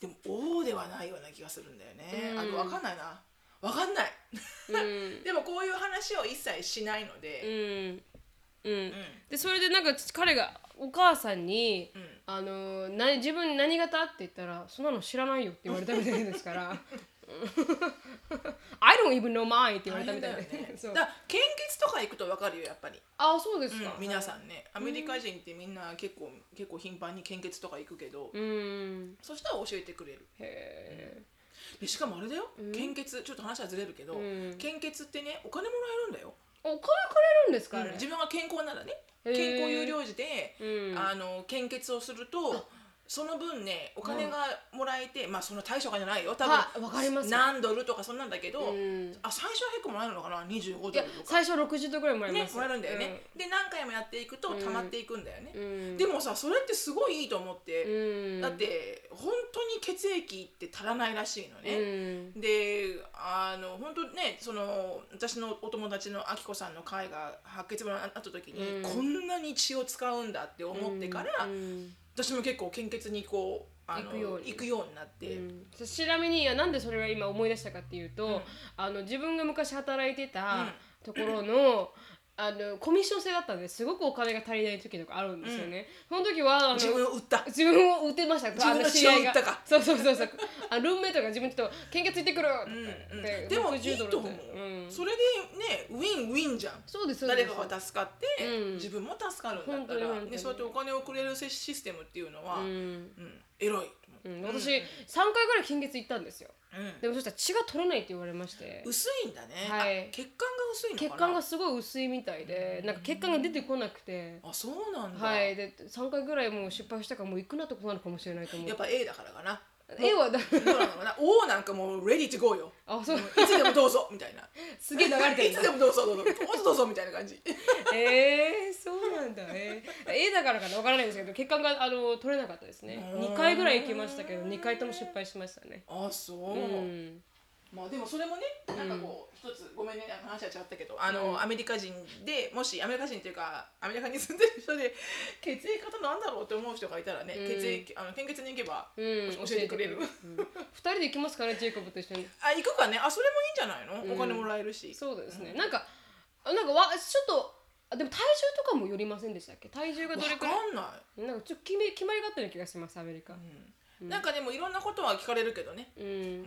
Speaker 2: でも O ではないような気がするんだよね、
Speaker 1: うん
Speaker 2: あとわかんないなわかんない
Speaker 1: うん
Speaker 2: でもこういう話を一切しないので、
Speaker 1: うん、うん
Speaker 2: うん
Speaker 1: でそれでなんか彼がお母さんに「
Speaker 2: うん
Speaker 1: あのーな自分に何型?」って言ったら「そんなの知らないよ」って言われたみたいです から 「I don't even know mine」って言われたみたい
Speaker 2: 大
Speaker 1: で、
Speaker 2: 変だよね
Speaker 1: そう
Speaker 2: だから献血とか行くとわかるよやっぱり、
Speaker 1: あそうです
Speaker 2: うん
Speaker 1: か、
Speaker 2: 皆さんねアメリカ人ってみんな結構結構頻繁に献血とか行くけど、
Speaker 1: うん
Speaker 2: そしたら教えてくれる
Speaker 1: へ
Speaker 2: でしかもあれだよ、献血ちょっと話はずれるけど、
Speaker 1: うん
Speaker 2: 献血ってねお金もらえるんだよ、
Speaker 1: えお金くれるんですかあれ
Speaker 2: 自分が健康ならね
Speaker 1: へー
Speaker 2: 健康有料児で、
Speaker 1: うん
Speaker 2: あの献血をするとその分ねお金がもらえて、まあその大したお金じゃないよ多
Speaker 1: は
Speaker 2: 分
Speaker 1: わかります
Speaker 2: 何ドルとかそんなんだけど、
Speaker 1: うん
Speaker 2: あ最初は結構もらえるのかな25ドル
Speaker 1: いや
Speaker 2: とか
Speaker 1: 最初60度ぐらいもらえ
Speaker 2: ね
Speaker 1: ま、す
Speaker 2: もらえるんだよね、で何回もやっていくと
Speaker 1: うん
Speaker 2: 溜まっていくんだよね、
Speaker 1: うん
Speaker 2: でもさそれってすごいいいと思っ
Speaker 1: う
Speaker 2: て、
Speaker 1: ん
Speaker 2: だって本当に血液って足らないらしいのね、
Speaker 1: うん
Speaker 2: であの本当ねその私のお友達のあきこさんの会が白血病になった時に、
Speaker 1: うん
Speaker 2: こんなに血を使うんだって思ってから、
Speaker 1: うん
Speaker 2: 私も結構献血にこうあの
Speaker 1: 行くように
Speaker 2: 行くようになって、
Speaker 1: うんそうちなみにいやなんでそれが今思い出したかっていうと、
Speaker 2: うん
Speaker 1: あの自分が昔働いて
Speaker 2: う
Speaker 1: た
Speaker 2: ん
Speaker 1: ところの、あのコミッション制だったんですごくお金が足りない時とかあるんですよね、その時はあの
Speaker 2: 自分を売 った
Speaker 1: 自分を打てました
Speaker 2: 自分の血を打ったか
Speaker 1: そうそうそうそうあルームメイトが自分ちょっと喧嘩ついてくるとか
Speaker 2: うん
Speaker 1: 言
Speaker 2: うん
Speaker 1: って、
Speaker 2: でもい
Speaker 1: 60
Speaker 2: い
Speaker 1: ドル
Speaker 2: と思う、
Speaker 1: うん、
Speaker 2: それでねウィンウィンじゃん
Speaker 1: そうですそうで
Speaker 2: 誰
Speaker 1: す
Speaker 2: かが助かって、
Speaker 1: うん
Speaker 2: 自分も助かるんだった
Speaker 1: 本当に本
Speaker 2: ら、
Speaker 1: 当に
Speaker 2: ね、そうやってお金をくれるシステムっていうのは、
Speaker 1: う
Speaker 2: うん
Speaker 1: ん
Speaker 2: 偉いと思う、
Speaker 1: うん、私3回ぐらい献血行ったんですよ
Speaker 2: うん
Speaker 1: でもそしたら血が取れないって言われまして
Speaker 2: 薄いんだね、
Speaker 1: はい
Speaker 2: あ血管が薄いのか
Speaker 1: 血
Speaker 2: な
Speaker 1: 管がすごい薄いみたいでなんか血管が出てこなくて
Speaker 2: あそうなんだ、
Speaker 1: はいで3回ぐらいもう失敗したからもう行くなってことなのかもしれないと思
Speaker 2: やっ
Speaker 1: う
Speaker 2: ぱ A だからかな
Speaker 1: 絵はだ
Speaker 2: どうなのかな O なんかもうレディー to go よ
Speaker 1: あそう
Speaker 2: いつでもどうぞみたいな
Speaker 1: すげえ流れて
Speaker 2: い
Speaker 1: る
Speaker 2: つでもどうぞどうぞどうぞどうぞみたいな感じ
Speaker 1: えー、そうなんだえー、えだからかなわからないんですけど血管があの取れなかったですね2回ぐらい行きましたけど2回とも失敗しましたね
Speaker 2: あそう、
Speaker 1: うん
Speaker 2: まあでもそれもねなんかこう一つごめんねなんか話は違ったけどあ
Speaker 1: う
Speaker 2: の、
Speaker 1: ん
Speaker 2: アメリカ人でもしアメリカ人っていうかアメリカに住んでる人で血液型なんだろうって思う人がいたらね、
Speaker 1: うん
Speaker 2: 血液あの献血に行けば
Speaker 1: うん、
Speaker 2: 教えてくれる
Speaker 1: うん2人で行きますかねジェイコブと一緒に
Speaker 2: あ行くかねあそれもいいんじゃないの、
Speaker 1: うん
Speaker 2: お金もらえるし
Speaker 1: そうですね、なんかあなんかわちょっとあでも体重とかもよりませんでしたっけ体重が
Speaker 2: わ
Speaker 1: どれく
Speaker 2: からんな
Speaker 1: い
Speaker 2: い
Speaker 1: なんかちょっと決め決まりがあったような気がしますアメリカ
Speaker 2: うんなんかでもいろんなことは聞かれるけどね、
Speaker 1: うん、
Speaker 2: うん、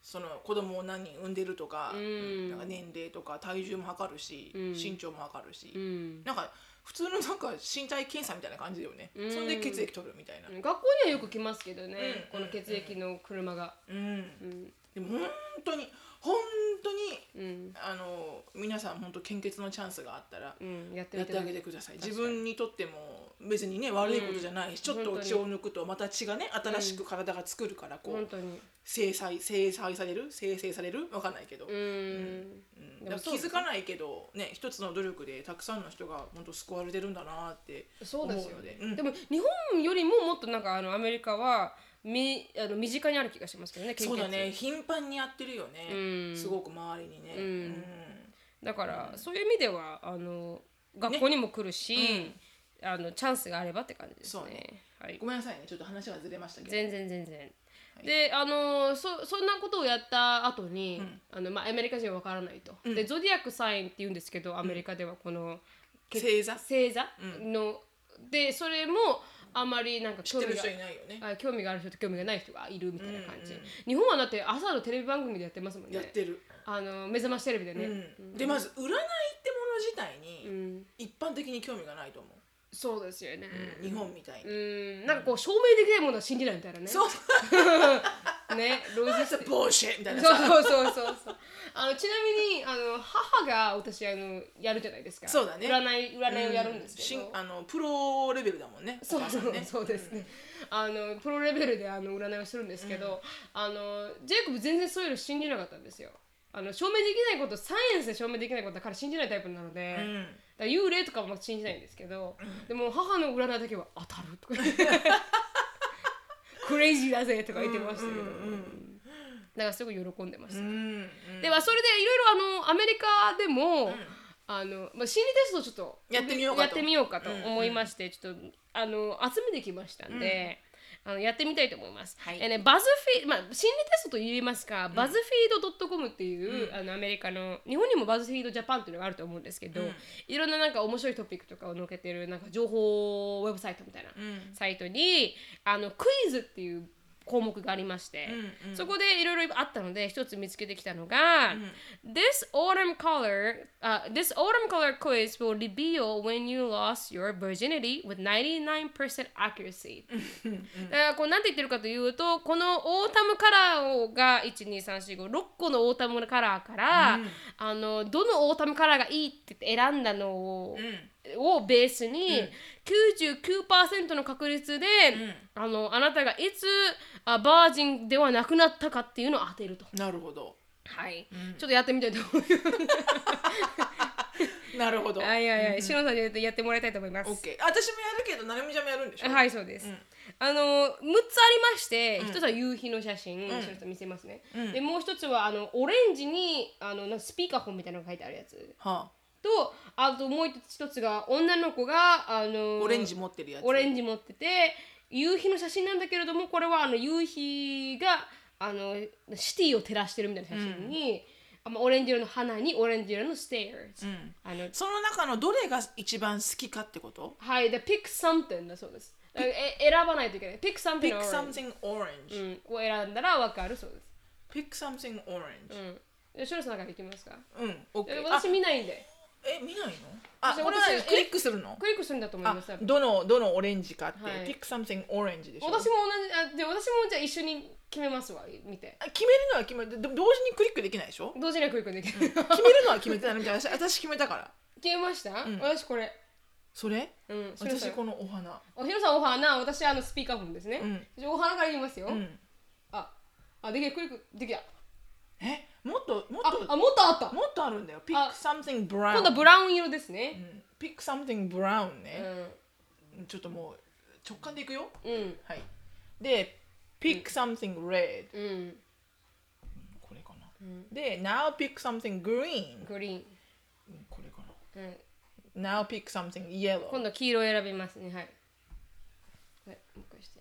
Speaker 2: その子供を何人産んでるとか,、
Speaker 1: うん
Speaker 2: なんか年齢とか体重も測るし、
Speaker 1: うん
Speaker 2: 身長も測るし、
Speaker 1: うん
Speaker 2: なんか普通のなんか身体検査みたいな感じだよね、
Speaker 1: うん
Speaker 2: それで血液取るみたいな、
Speaker 1: 学校にはよく来ますけどね、
Speaker 2: う
Speaker 1: こ
Speaker 2: ん
Speaker 1: の血液の車が
Speaker 2: うん
Speaker 1: うん
Speaker 2: でも本当に本当に
Speaker 1: うん、
Speaker 2: あの皆さん本当献血のチャンスがあったら
Speaker 1: うん、やってみ
Speaker 2: やっててあげてください自分にとっても別にね悪いことじゃないし、
Speaker 1: うん
Speaker 2: ちょっ
Speaker 1: 本当
Speaker 2: と
Speaker 1: に
Speaker 2: 血を抜くとまた血がね新しく体が作るからこう、
Speaker 1: 本当に
Speaker 2: 制裁制裁される制制されるわかんないけど、
Speaker 1: うん、
Speaker 2: うん
Speaker 1: でも
Speaker 2: だから気づかないけどね一つの努力でたくさんの人が本当救われてるんだなって
Speaker 1: そうですよ
Speaker 2: 思うの
Speaker 1: ね
Speaker 2: で、うん
Speaker 1: でも日本よりももっとなんかあのアメリカはみあの身近にある気がしますけどね献血
Speaker 2: そうだね頻繁にやってるよね、
Speaker 1: うん
Speaker 2: すごく周りにね、
Speaker 1: うん
Speaker 2: うん
Speaker 1: だから、そういう意味ではあの学校にも来るし、あのチャンスがあればって感じですね。
Speaker 2: そうね
Speaker 1: はい
Speaker 2: ご、めんなさいねちょっと話がずれましたけど
Speaker 1: 全然全然。
Speaker 2: い
Speaker 1: であのそそんなことをやった後に、
Speaker 2: うん
Speaker 1: あのまあ、アメリカ人はわからないと、
Speaker 2: うん
Speaker 1: でゾディアックサインって言うんですけどアメリカではこの
Speaker 2: 星座
Speaker 1: 星座の、でそれもあまりなんか
Speaker 2: 知
Speaker 1: 興
Speaker 2: って
Speaker 1: 味
Speaker 2: る
Speaker 1: が
Speaker 2: 人いないよね
Speaker 1: あ興味がある人と興味がない人がいるみたいな感じ、
Speaker 2: うんうん
Speaker 1: 日本はだって朝のテレビ番組でやってますもんね
Speaker 2: やってる、
Speaker 1: あの目覚ましテレビでね、
Speaker 2: うん、でまず占いってもの自体
Speaker 1: う
Speaker 2: に
Speaker 1: ん、
Speaker 2: 一般的に興味がないと思う、
Speaker 1: そうですよね、
Speaker 2: 日本みたいに、
Speaker 1: うんなんかこう証明できないものは信じないみたいなね。
Speaker 2: そう
Speaker 1: ね、ロジス
Speaker 2: ボーシェみたいな
Speaker 1: そ
Speaker 2: さ
Speaker 1: うそうそうそうそう。 あのちなみにあの母が私あのやるじゃないですか。
Speaker 2: そうだね
Speaker 1: 占い占いをやるんですけ
Speaker 2: し
Speaker 1: ど。
Speaker 2: あのプロレベルだもんね
Speaker 1: そうそう
Speaker 2: お母さんね
Speaker 1: そうですね。あのプロレベルであの占いをするんですけど、あのジェイコブ全然そういうの信じなかったんですよ。あの証明できないことサイエンスで証明できないことは彼信じないタイプなので、
Speaker 2: うん
Speaker 1: だから幽霊とかも信じないんですけど、でも母の占いだけは当たるとか クレイジーだぜとか言ってましたけど、だからすごい喜んでました。
Speaker 2: うん
Speaker 1: ではそれでいろいろあのアメリカでも、あのまあ、心理テストをちょっと
Speaker 2: やってみようかと
Speaker 1: やってみようかと思いまして、ちょっとあの集めてきましたんで、あのやってみたいと思います。
Speaker 2: はい
Speaker 1: えね、バズフィまあ、心理テストと言いますか、バズフィード .com っていう、あのアメリカの日本にもバズフィードジャパンっていうのがあると思うんですけど、
Speaker 2: うん
Speaker 1: いろんななんか面白いトピックとかを載っけてるなんか情報ウェブサイトみたいな、
Speaker 2: うん
Speaker 1: サイトにあのクイズっていう項目がありまして、
Speaker 2: うんうん
Speaker 1: そこでいろいろあったので一つ見つけてきたのが、This autumn color、uh, This autumn color quiz will reveal when you lost your virginity with 99% accuracy だからこうなんて言ってるかというとこのオータムカラーをが12345 6個のオータムカラーから、あのどのオータムカラーがいいって選んだのを、をベースに、99%の確率で、あのあなたがいつあバージンではなくなったかっていうのを当てると。
Speaker 2: なるほど
Speaker 1: はい、ちょっとやってみたいと思います。
Speaker 2: なるほど OK
Speaker 1: はいはいはい、しのさんにやってやってもらいたいと思います。
Speaker 2: 私もやるけどなるみちゃんもやるんでしょ
Speaker 1: はい、そうです。あの6つありまして、1つは夕日の写真、しのさん見せますね。で、もう1つはあのオレンジにあのなんかスピーカーフォンみたいなのが書いてあるやつ。
Speaker 2: は
Speaker 1: と、あともう1つが女の子があの
Speaker 2: あオレンジ持ってるやつ
Speaker 1: オレンジ持ってて夕日の写真なんだけれどもこれはあの夕日があのシティを照らしてるみたいな写真に、あまあオレンジ色の花にオレンジ色の stairs、
Speaker 2: ん
Speaker 1: あの
Speaker 2: その中のどれが一番好きかってこと
Speaker 1: はいで pick something だそうですだからえ選ばないといけない pick something
Speaker 2: ?Pick
Speaker 1: orange
Speaker 2: something
Speaker 1: う
Speaker 2: orange.Pick
Speaker 1: ん、を選んだらわかるそうです
Speaker 2: something orange.
Speaker 1: うんでシュルさんなんかできますか
Speaker 2: うん、OK
Speaker 1: え。
Speaker 2: あ
Speaker 1: 私、見ないんで
Speaker 2: え、見ないのあ、
Speaker 1: 私
Speaker 2: これは
Speaker 1: 私
Speaker 2: クリックするの
Speaker 1: クリックするんだと思い
Speaker 2: あ
Speaker 1: ます多分
Speaker 2: どの、どのオレンジかって。
Speaker 1: はい
Speaker 2: Pick something orange でしょ
Speaker 1: 私も同じあで私もじゃあ一緒に決めますわ見て
Speaker 2: あ決めるのは決める。でも同時にクリックできないでし ょ
Speaker 1: 同時にはクリックできる
Speaker 2: 決めるのは決めてないみたいな。私私決めたから。
Speaker 1: 決めました、
Speaker 2: うん
Speaker 1: 私これ
Speaker 2: それ
Speaker 1: うんシュルさん
Speaker 2: 私このお花。
Speaker 1: おひろさんお花私あのスピーカーフォンですね、
Speaker 2: うん
Speaker 1: じゃあお花から言いますよ、
Speaker 2: うん。
Speaker 1: ああできるクリックできた
Speaker 2: え、もっと、もっ
Speaker 1: あ
Speaker 2: と、
Speaker 1: あもっとあった
Speaker 2: もっとあるんだよ。Pick
Speaker 1: あ
Speaker 2: something brown.
Speaker 1: 今度はブラウン色ですね
Speaker 2: うん Pick something brown
Speaker 1: う
Speaker 2: ね。
Speaker 1: ん
Speaker 2: ちょっともう直感でいくよ。
Speaker 1: うん
Speaker 2: はい。で、pick something red。
Speaker 1: うん、
Speaker 2: これかな。
Speaker 1: うん
Speaker 2: で、now pick something green。
Speaker 1: グリーン、
Speaker 2: これか
Speaker 1: うん、
Speaker 2: な。now pick something yellow。
Speaker 1: 今度は黄色を選びますねはいはいもう一回して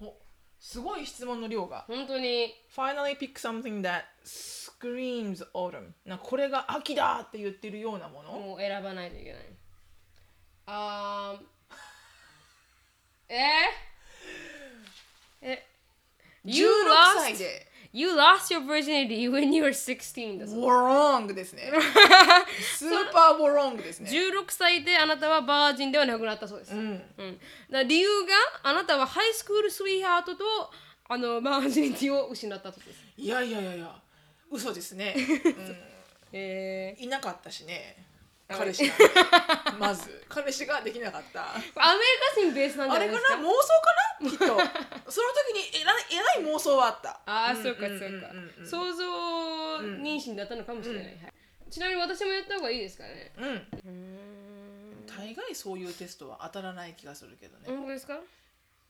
Speaker 2: おすごい質問の量が。
Speaker 1: 本当に
Speaker 2: finally pick something that screams autumn。なんかこれが秋だって言ってるようなもの。
Speaker 1: もう選ばないといけないあーえー、え You
Speaker 2: 16
Speaker 1: lost
Speaker 2: 歳で。
Speaker 1: You lost your virginity when you were 16だそう
Speaker 2: wrong で すね。スーパー wrong ですね。
Speaker 1: 16歳であなたはバージンではなくなったそうです、
Speaker 2: う
Speaker 1: うん
Speaker 2: ん。
Speaker 1: だから理由があなたはハイスクールスイーハートとあのバージニティを失ったそうです
Speaker 2: いやいやいやいや。嘘で すね。
Speaker 1: え
Speaker 2: いなかったしね
Speaker 1: あ
Speaker 2: 彼 氏がまず彼氏ができなかった
Speaker 1: ー、これアメリカ人ベースなんじゃ
Speaker 2: あ
Speaker 1: な
Speaker 2: れ
Speaker 1: い
Speaker 2: か
Speaker 1: です
Speaker 2: な
Speaker 1: か
Speaker 2: 妄想かなきっとその時にえらいえらい妄想はあった
Speaker 1: ああ、そうか
Speaker 2: うんうん
Speaker 1: そうか、
Speaker 2: うんうんうん
Speaker 1: 想像妊娠だったのかもしれない、はいちなみに私もやった方がいいですかね
Speaker 2: うん
Speaker 1: うーん
Speaker 2: 大概そういうテストは当たらない気がするけどね
Speaker 1: 本当ですか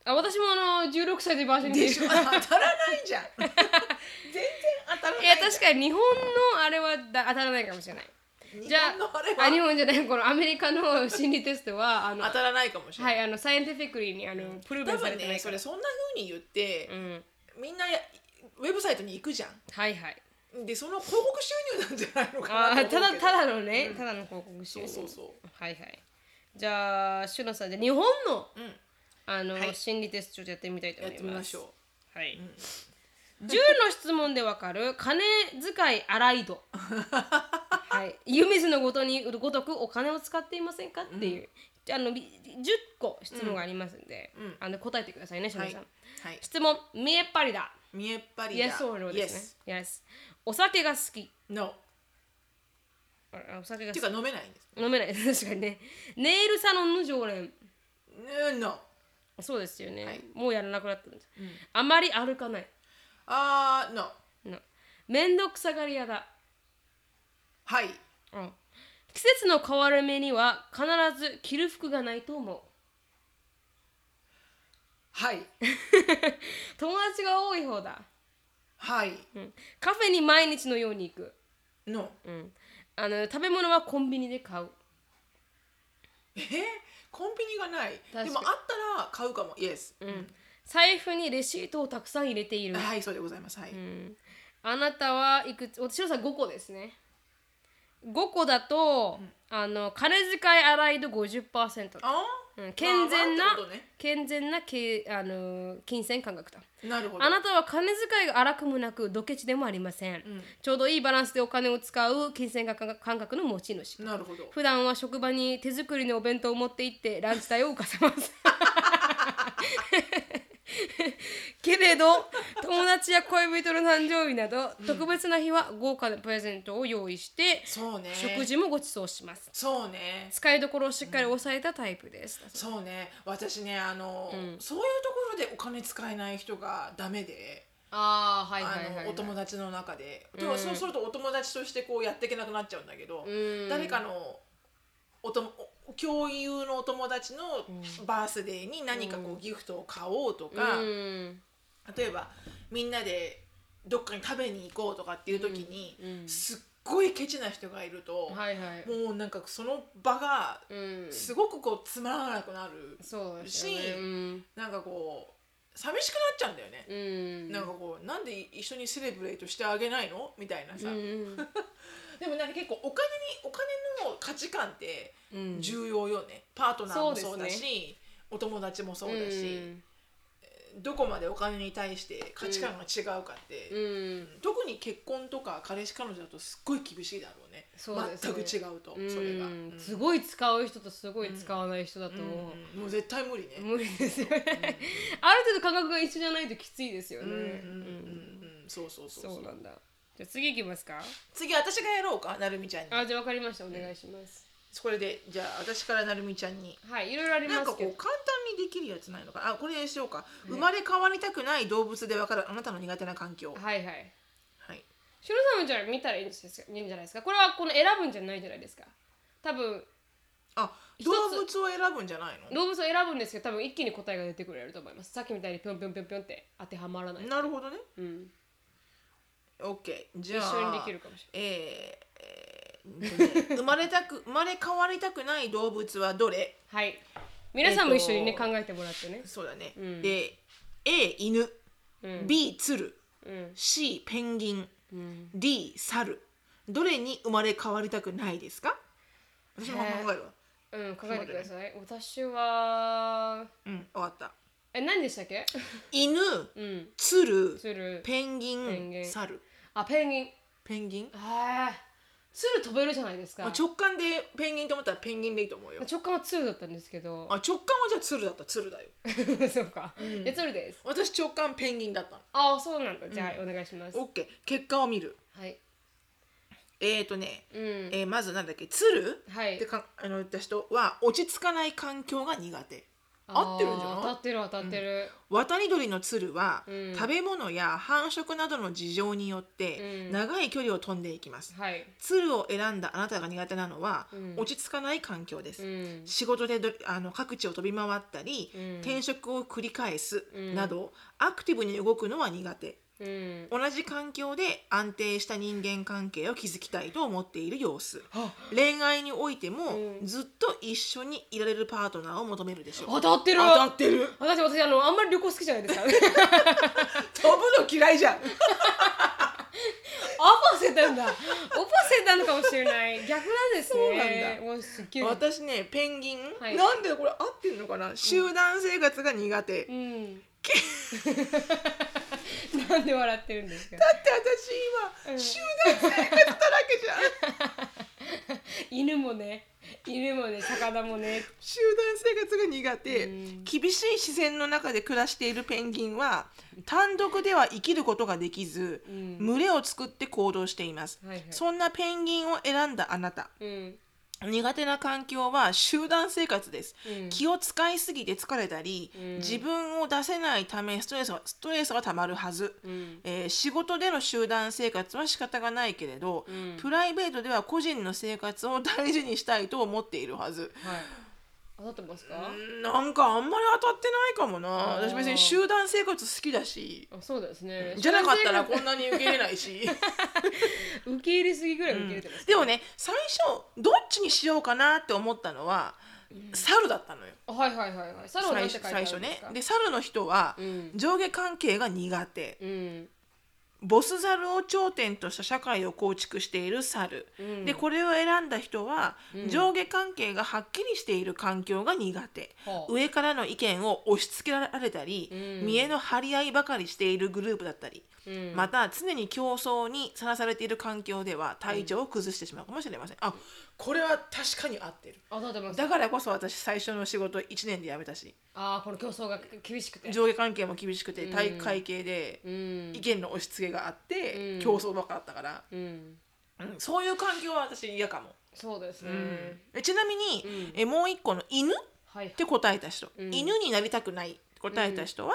Speaker 1: あ私もあの16歳でバージョン
Speaker 2: で しょ 当たらないじゃん全然当たらない
Speaker 1: い
Speaker 2: じゃ
Speaker 1: や
Speaker 2: ん
Speaker 1: 確かに日本のあれはだ当たらないかもしれないじ
Speaker 2: 日
Speaker 1: ゃ
Speaker 2: 本のあれ
Speaker 1: あ日
Speaker 2: は
Speaker 1: 本じゃないこのアメリカの心理テストはあの
Speaker 2: 当たらないかもしれな
Speaker 1: はい
Speaker 2: い
Speaker 1: あのサイエンティフィクリーにあのプルーブ
Speaker 2: 多
Speaker 1: ンされ
Speaker 2: 分
Speaker 1: てな
Speaker 2: ね
Speaker 1: い
Speaker 2: そ
Speaker 1: か
Speaker 2: れ
Speaker 1: ら、
Speaker 2: そんな風に言って
Speaker 1: うん
Speaker 2: みんなやウェブサイトに行くじゃ
Speaker 1: はいはい
Speaker 2: んでその広告収入なんじゃないの
Speaker 1: あ
Speaker 2: かな
Speaker 1: ー
Speaker 2: と
Speaker 1: た
Speaker 2: 思う
Speaker 1: だ
Speaker 2: けど
Speaker 1: ただのね、ただの広告収
Speaker 2: そう
Speaker 1: 入
Speaker 2: そうそう
Speaker 1: はいはいじゃあシュノさんじゃあ日本の
Speaker 2: うん
Speaker 1: あの、
Speaker 2: はい
Speaker 1: 心理テストちょっとやってみたいと
Speaker 2: やっ
Speaker 1: 思い
Speaker 2: てみ
Speaker 1: ま
Speaker 2: ますしょ
Speaker 1: はい、10の質問でわかる金遣い荒い度はい湯水のごとにごとくお金を使っていませんかっていう、あの10個質問がありますんで、
Speaker 2: うん
Speaker 1: あの答えてくださいねし
Speaker 2: う。
Speaker 1: ゅん
Speaker 2: は
Speaker 1: さん、
Speaker 2: い。はい。
Speaker 1: 質問見えっぱりだ
Speaker 2: 見えっぱりだ。
Speaker 1: Yes or no ですね yes. お酒が好き
Speaker 2: Yes. No.
Speaker 1: あお酒が
Speaker 2: て
Speaker 1: 好
Speaker 2: いうか飲めないんです。
Speaker 1: き飲めない 確かにねネイルサロンの常連
Speaker 2: No, No.
Speaker 1: そうですよね、
Speaker 2: はい
Speaker 1: もうやらなくなったんです、あまり歩かない
Speaker 2: あー、No.
Speaker 1: の面倒くさがり屋だ
Speaker 2: はい。
Speaker 1: うん季節の変わり目には必ず着る服がないと思う
Speaker 2: はい。
Speaker 1: 友達が多い方だ、
Speaker 2: はい。
Speaker 1: うん、カフェに毎日のように行く、
Speaker 2: No.
Speaker 1: うん、あの食べ物はコンビニで買う
Speaker 2: えコンビニがない。
Speaker 1: かに
Speaker 2: でもあったら買うかも。Yes.
Speaker 1: 財布にレシートをたくさん入れている、
Speaker 2: はい、そうでございます。はい。
Speaker 1: うん、あなたはいくつ私はさ5個ですね5個だと、あの金遣い洗い度50%、
Speaker 2: あ
Speaker 1: うん、
Speaker 2: ー
Speaker 1: 健全な、
Speaker 2: まあまあってことね
Speaker 1: 健全なけあの金銭感覚だ
Speaker 2: なるほど。
Speaker 1: あなたは金遣いが荒くもなくドケチでもありません、ちょうどいいバランスでお金を使う金銭感覚の持ち主
Speaker 2: なるほど。
Speaker 1: 普段は職場に手作りのお弁当を持って行ってランチ代を浮かせますけれど友達や恋人の誕生日など特別な日は豪華なプレゼントを用意して、
Speaker 2: そうね。
Speaker 1: 食。事もご馳走します
Speaker 2: そうね。
Speaker 1: 使いどころをしっかり抑えたタイプです、
Speaker 2: そうね。私ね、あの、そういうところでお金使えない人がダメで。
Speaker 1: ああはい
Speaker 2: あのお友達の中で、でもそうするとお友達としてこうやっていけなくなっちゃうんだけど、誰かのおともお共有のお友達のバースデーに何かこうギフトを買おうとか、
Speaker 1: うん
Speaker 2: 例えばみんなでどっかに食べに行こうとかっていう時に、
Speaker 1: うん
Speaker 2: すっごいケチな人がいると、
Speaker 1: はいはい
Speaker 2: もうなんかその場が
Speaker 1: うん
Speaker 2: すごくこうつまらなくなる、
Speaker 1: そうですよ
Speaker 2: し
Speaker 1: ねうん
Speaker 2: なんかこう寂しくなっちゃうんだよね。
Speaker 1: うん
Speaker 2: なんかこうなんで一緒にセレブレートしてあげないのみたいなさ、
Speaker 1: うん
Speaker 2: でもなんか結構お金にお金の価値観って
Speaker 1: うん
Speaker 2: 重要よね、パートナーもそうだ
Speaker 1: そう
Speaker 2: し
Speaker 1: で
Speaker 2: お友達もそうだし、どこまでお金に対して価値観が違うかって、
Speaker 1: うん、うん
Speaker 2: 特に結婚とか彼氏彼女だとすっごい厳しいだろうね
Speaker 1: そうですね
Speaker 2: 全く違うと、それが、
Speaker 1: うん
Speaker 2: うん
Speaker 1: すごい使う人とすごい使わない人だと、
Speaker 2: うんもう絶対無理ね、
Speaker 1: 無理ですよね、 ある程度感覚が一緒じゃないときついですよ
Speaker 2: うん
Speaker 1: ね、
Speaker 2: う
Speaker 1: うん
Speaker 2: うん
Speaker 1: ん
Speaker 2: うんそうそうそうそう
Speaker 1: そうなんだじゃあ次いきますか
Speaker 2: 次私がやろうかなるみちゃんに
Speaker 1: あじゃあ分かりましたお願いします、
Speaker 2: これでじゃあ私からなるみちゃんに
Speaker 1: はいいろいろあり
Speaker 2: なん
Speaker 1: ま
Speaker 2: か
Speaker 1: す
Speaker 2: こう
Speaker 1: け
Speaker 2: 簡
Speaker 1: ど
Speaker 2: 単にできるやつないのかなあこれにしようか生まれ変わりたくない動物でわかるあなたの苦手な環境
Speaker 1: はいはい
Speaker 2: はい
Speaker 1: 白さんじゃ見たらいいんですよいいんじゃないですかこれはこの選ぶんじゃないじゃないですか多分
Speaker 2: あ
Speaker 1: 一つ
Speaker 2: 動物を選ぶんじゃない
Speaker 1: 動物を選ぶんですけど多分一気に答えが出てくれると思いますさっきみたいにぴょんぴょんぴょんぴょんって当てはまらない
Speaker 2: のなるほどね
Speaker 1: うん、
Speaker 2: OK じ
Speaker 1: 一
Speaker 2: ゃあ
Speaker 1: 緒にできるかもし
Speaker 2: えーえーえーとね生まれたく生まれ変わりたくない動物はどれ
Speaker 1: れないはい皆さんも一緒にね、
Speaker 2: えっと
Speaker 1: 考えてもらってね
Speaker 2: そうだね、
Speaker 1: うん
Speaker 2: で A 犬、
Speaker 1: うん
Speaker 2: B 鶴
Speaker 1: うん
Speaker 2: C ペンギン
Speaker 1: うん
Speaker 2: D 猿どれに生まれ変わりたくないですか私も考えるわ
Speaker 1: うん考えてください私は
Speaker 2: うん分かった
Speaker 1: え何でしたっけ
Speaker 2: 犬
Speaker 1: うん
Speaker 2: 鶴
Speaker 1: 鶴
Speaker 2: ペンギン
Speaker 1: ペンギン
Speaker 2: 猿
Speaker 1: あペンギン
Speaker 2: ペンギン、
Speaker 1: あ鶴飛べるじゃないですか、
Speaker 2: まあ、直感でペンギンと思ったらペンギンでいいと思うよ
Speaker 1: 直感は鶴だったんですけど
Speaker 2: あ直感はじゃあ鶴だった鶴だよ
Speaker 1: そうか、え鶴です
Speaker 2: 私直感ペンギンだったの
Speaker 1: ああそうなんだじゃあ、お願いします
Speaker 2: オッケー結果を見る
Speaker 1: はい
Speaker 2: えーとね、
Speaker 1: うん
Speaker 2: えーまずなんだっけ鶴
Speaker 1: はい
Speaker 2: ってかあの言った人は落ち着かない環境が苦手合ってるんじゃ
Speaker 1: あー当
Speaker 2: ない
Speaker 1: たってる当たってる、
Speaker 2: 渡り鳥の鶴は、
Speaker 1: うん
Speaker 2: 食べ物や繁殖などの事情によって、
Speaker 1: うん
Speaker 2: 長い距離を飛んでいきます
Speaker 1: はい
Speaker 2: 鶴を選んだあなたが苦手なのは、
Speaker 1: うん
Speaker 2: 落ち着かない環境です、
Speaker 1: うん
Speaker 2: 仕事でどあの各地を飛び回ったり、
Speaker 1: うん
Speaker 2: 転職を繰り返す
Speaker 1: うん
Speaker 2: など、アクティブに動くのは苦手
Speaker 1: うん
Speaker 2: 同じ環境で安定した人間関係を築きたいと思っている様子恋愛においても、
Speaker 1: うん
Speaker 2: ずっと一緒にいられるパートナーを求めるでしょ
Speaker 1: 当
Speaker 2: う
Speaker 1: たってる
Speaker 2: 当たってる
Speaker 1: 私私あのあんまり旅行好きじゃない ですからね
Speaker 2: 飛ぶの嫌いじゃん
Speaker 1: オパセたんだオパセたのかもしれない逆なんですね
Speaker 2: そう
Speaker 1: なんだもうすっげえ
Speaker 2: 私ねペンギン、
Speaker 1: はい
Speaker 2: なんでこれ合ってんのかな集団生活が苦手、
Speaker 1: う
Speaker 2: だ
Speaker 1: ん なんで笑ってるんですか
Speaker 2: って私今、
Speaker 1: うん
Speaker 2: 集団生活だらけじゃん
Speaker 1: 犬もね犬もね魚もね
Speaker 2: 集団生活が苦手、
Speaker 1: うん
Speaker 2: 厳しい自然の中で暮らしているペンギンは単独では生きることができず、
Speaker 1: うん
Speaker 2: 群れを作って行動しています、
Speaker 1: はいはい
Speaker 2: そんなペンギンを選んだあなた
Speaker 1: うん
Speaker 2: 苦手な環境は集団生活です、
Speaker 1: うん
Speaker 2: 気を使いすぎて疲れたり、
Speaker 1: ん
Speaker 2: 自分を出せないためストレスがストレスがたまるはず、
Speaker 1: うん
Speaker 2: えー仕事での集団生活は仕方がないけれど、
Speaker 1: うん
Speaker 2: プライベートでは個人の生活を大事にしたいと思っているはず、
Speaker 1: はい当たってますか
Speaker 2: うんなんかあんまり当たってないかもな
Speaker 1: あー
Speaker 2: 私別に集団生活好きだし
Speaker 1: あそうですね
Speaker 2: じゃなかったら
Speaker 1: 正直
Speaker 2: こんなに受け入れな いし
Speaker 1: 受け入れすぎぐらい受け入れてます
Speaker 2: でもね最初どっちにしようかなって思ったのは、猿だったのよ
Speaker 1: あはいはいはいはいサロンなん
Speaker 2: 最
Speaker 1: て書いてある
Speaker 2: 最
Speaker 1: んです
Speaker 2: 初
Speaker 1: か
Speaker 2: ねで猿の人は、
Speaker 1: うん
Speaker 2: 上下関係が苦手
Speaker 1: うん
Speaker 2: ボス猿を頂点とした社会を構築している猿、
Speaker 1: うん
Speaker 2: でこれを選んだ人は、
Speaker 1: うん
Speaker 2: 上下関係がはっきりしている環境が苦手、
Speaker 1: はあ
Speaker 2: 上からの意見を押し付けられたり、
Speaker 1: うん
Speaker 2: 見栄の張り合いばかりしているグループだったり、
Speaker 1: うん
Speaker 2: また常に競争にさらされている環境では体調を崩してしまうかもしれません、あこれは確かに合ってる
Speaker 1: 当たってます
Speaker 2: だからこそ私最初の仕事1年で辞めたし
Speaker 1: ああこの競争が厳しくて
Speaker 2: 上下関係も厳しくて体育会系で
Speaker 1: うん
Speaker 2: 意見の押し付けがあって、
Speaker 1: うん
Speaker 2: 競争ばっかだったから、
Speaker 1: うん
Speaker 2: うんそういう環境は私嫌かも、
Speaker 1: そうですね
Speaker 2: えちなみに、
Speaker 1: うん
Speaker 2: えもう一個の犬
Speaker 1: はいはい
Speaker 2: って答えた人、
Speaker 1: うん
Speaker 2: 犬になりたくないって答えた人は、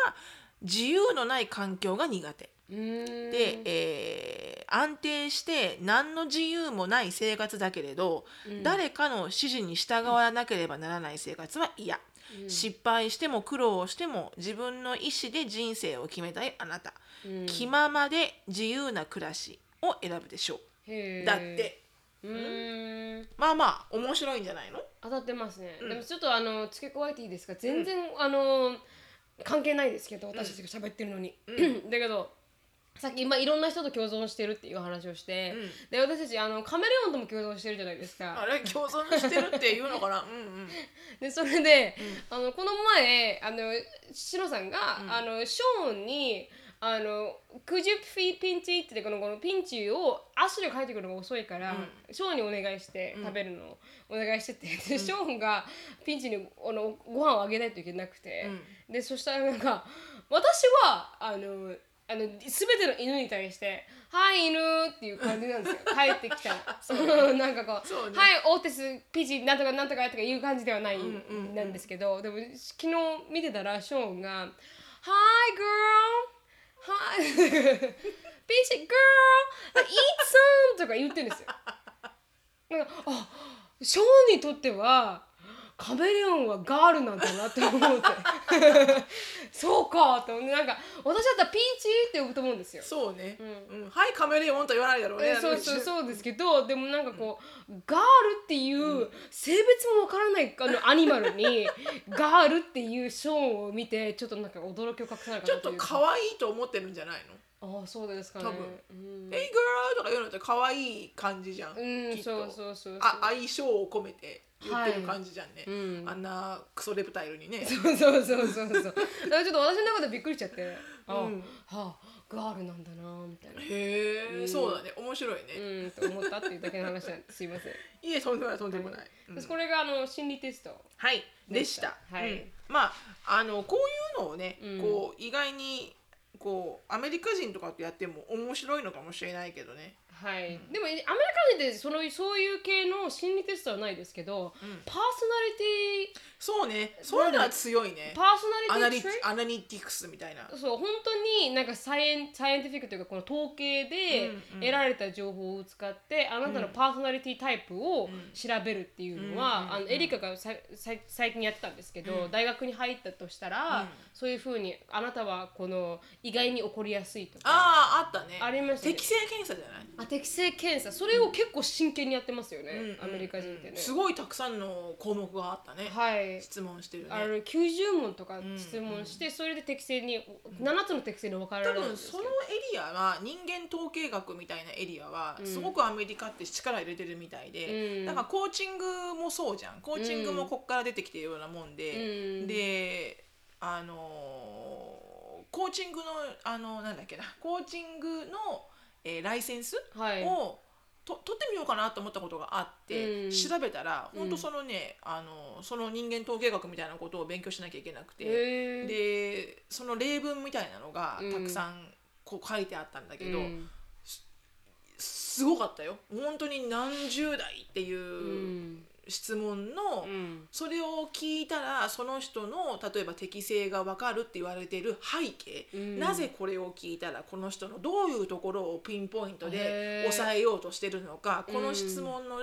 Speaker 2: 自由のない環境が苦手
Speaker 1: うん
Speaker 2: で、えー安定して何の自由もない生活だけれど、
Speaker 1: うん
Speaker 2: 誰かの指示に従わなければならない生活は嫌、失敗しても苦労をしても自分の意思で人生を決めたいあなた、
Speaker 1: うん
Speaker 2: 気ままで自由な暮らしを選ぶでしょう、
Speaker 1: へー
Speaker 2: だって
Speaker 1: うん
Speaker 2: まあまあ面白いんじゃないの
Speaker 1: 当たってますね、
Speaker 2: ん
Speaker 1: でもちょっとあの付け加えていいですか 全然、あの関係ないですけど私たちが喋ってるのに、だけどさっき今いろんな人と共存してるっていう話をして、
Speaker 2: うん
Speaker 1: で私たちあのカメレオンとも共存してるじゃないです
Speaker 2: あ
Speaker 1: か
Speaker 2: れ共存してるって言う のかなうんうん
Speaker 1: でそれで、あのこの前あのシロさんが、あのショーンにあの「Could you p- pinch it?」ってこのこのピンチをアシュリーが帰ってくるのが遅いから、ショーンにお願いして食べるのをお願いしてて、でショーンがピンチにあのご飯をあげないといけなくて、でそしたらなんか私はあの。あの全ての犬に対して「はい犬」っていう感じなん ですよ帰ってきたらそうなんかこう
Speaker 2: そうね
Speaker 1: はいオーテスピジなんとかなんとかとかいう感じではない
Speaker 2: んうんうん
Speaker 1: なんですけど、でも昨日見てたらショーンが「Hi girl!Hi! ピジ girl! Eat some!」とか言ってるんですよ。なんかあショーンにとってはカメレオンはガールなんだなって思って そうかと思ってなんか私だったらピーチって呼ぶと思うんですよ。
Speaker 2: そうね、うんはいカメレオンと言わないだろうね、
Speaker 1: えそうそうそうですけどでもなんかこう、ガールっていう性別もわからないあのアニマルにガールっていうショーンを見てちょっとなんか驚きを隠さなか
Speaker 2: ちょ
Speaker 1: っ
Speaker 2: っ
Speaker 1: と
Speaker 2: たと
Speaker 1: いうか
Speaker 2: 可愛いと思ってるんじゃないの
Speaker 1: ああそうですかね
Speaker 2: 多分
Speaker 1: うん
Speaker 2: 「Hey girl」とか言うのって可愛い感じじゃん、
Speaker 1: うん
Speaker 2: きっと
Speaker 1: そうそうそうそう
Speaker 2: あ相性を込めて言ってる感じじゃんね、
Speaker 1: はいうん
Speaker 2: あんなクソレプタイルにね
Speaker 1: そうそうそうそうそうだからちょっと私の中でびっくりしちゃってあ、
Speaker 2: うん
Speaker 1: はあガールなんだなみたいな
Speaker 2: へえ、そうだね面白いね、
Speaker 1: うんと思ったっていうだけの話なんですすいません、
Speaker 2: いいえとんでもないとんでもない、うん
Speaker 1: 私これがあの心理テスト
Speaker 2: はい、でした。
Speaker 1: はい
Speaker 2: うんまあ、あの、こういうのをね、
Speaker 1: うん
Speaker 2: こう、意外に。こう、アメリカ人とかとやっても、面白いのかもしれないけどね。
Speaker 1: はい、でもアメリカ人ってそのそういう系の心理テストはないですけど、パーソナリテ
Speaker 2: そうね、そういうのは強い
Speaker 1: ィ
Speaker 2: ね
Speaker 1: パ。ー
Speaker 2: ア
Speaker 1: ソ
Speaker 2: ナ
Speaker 1: ナ
Speaker 2: リ
Speaker 1: リティ
Speaker 2: アナリティクスみたいな。
Speaker 1: そう本当になんかサイエンサイエンティフィックというかこの統計で得られた情報を使って、あなたのパーソナリティタイプを調べるっていうのは、あのエリカがささ最近やってたんですけど、大学に入ったとしたら、そういうふうにあなたはこの意外に起こりやすいとか
Speaker 2: ああ、あったね。
Speaker 1: ありましたね
Speaker 2: 適正検査じゃない。
Speaker 1: あ適性検査それを結構真剣にやってますよね、
Speaker 2: うん
Speaker 1: アメリカ人ってね。
Speaker 2: すごいたくさんの項目があったね。
Speaker 1: はい
Speaker 2: 質問してる
Speaker 1: あの
Speaker 2: ね。
Speaker 1: 90問とか質問して、それで適正に7つの適正に分かられ
Speaker 2: 多
Speaker 1: るんで
Speaker 2: 分
Speaker 1: す
Speaker 2: そ
Speaker 1: け
Speaker 2: の
Speaker 1: ど
Speaker 2: エリアは人間統計学みたいなエリアはすごくアメリカって力入れてるみたいで、
Speaker 1: うん
Speaker 2: だからコーチングもそうじゃんコーチングもこっから出てきてるようなもんで、
Speaker 1: うん
Speaker 2: であのーコーチングのあのなんだっけなコーチングの、えーライセンス
Speaker 1: はい
Speaker 2: をと取ってみようかなと思ったことがあって、
Speaker 1: うん
Speaker 2: 調べたら
Speaker 1: うん
Speaker 2: 本当そのね、あのその人間統計学みたいなことを勉強しなきゃいけなくて。
Speaker 1: へー
Speaker 2: でその例文みたいなのが
Speaker 1: うん
Speaker 2: たくさんこう書いてあったんだけど、
Speaker 1: うん
Speaker 2: すごかったよ本当に何十代って
Speaker 1: う
Speaker 2: いうん質問の、
Speaker 1: うん
Speaker 2: それを聞いたらその人の例えば適性が分かるって言われてる背景、
Speaker 1: うん
Speaker 2: なぜこれを聞いたらこの人のどういうところをピンポイントで
Speaker 1: へー
Speaker 2: 抑えようとしてるのかこ
Speaker 1: う
Speaker 2: の
Speaker 1: ん
Speaker 2: 質問の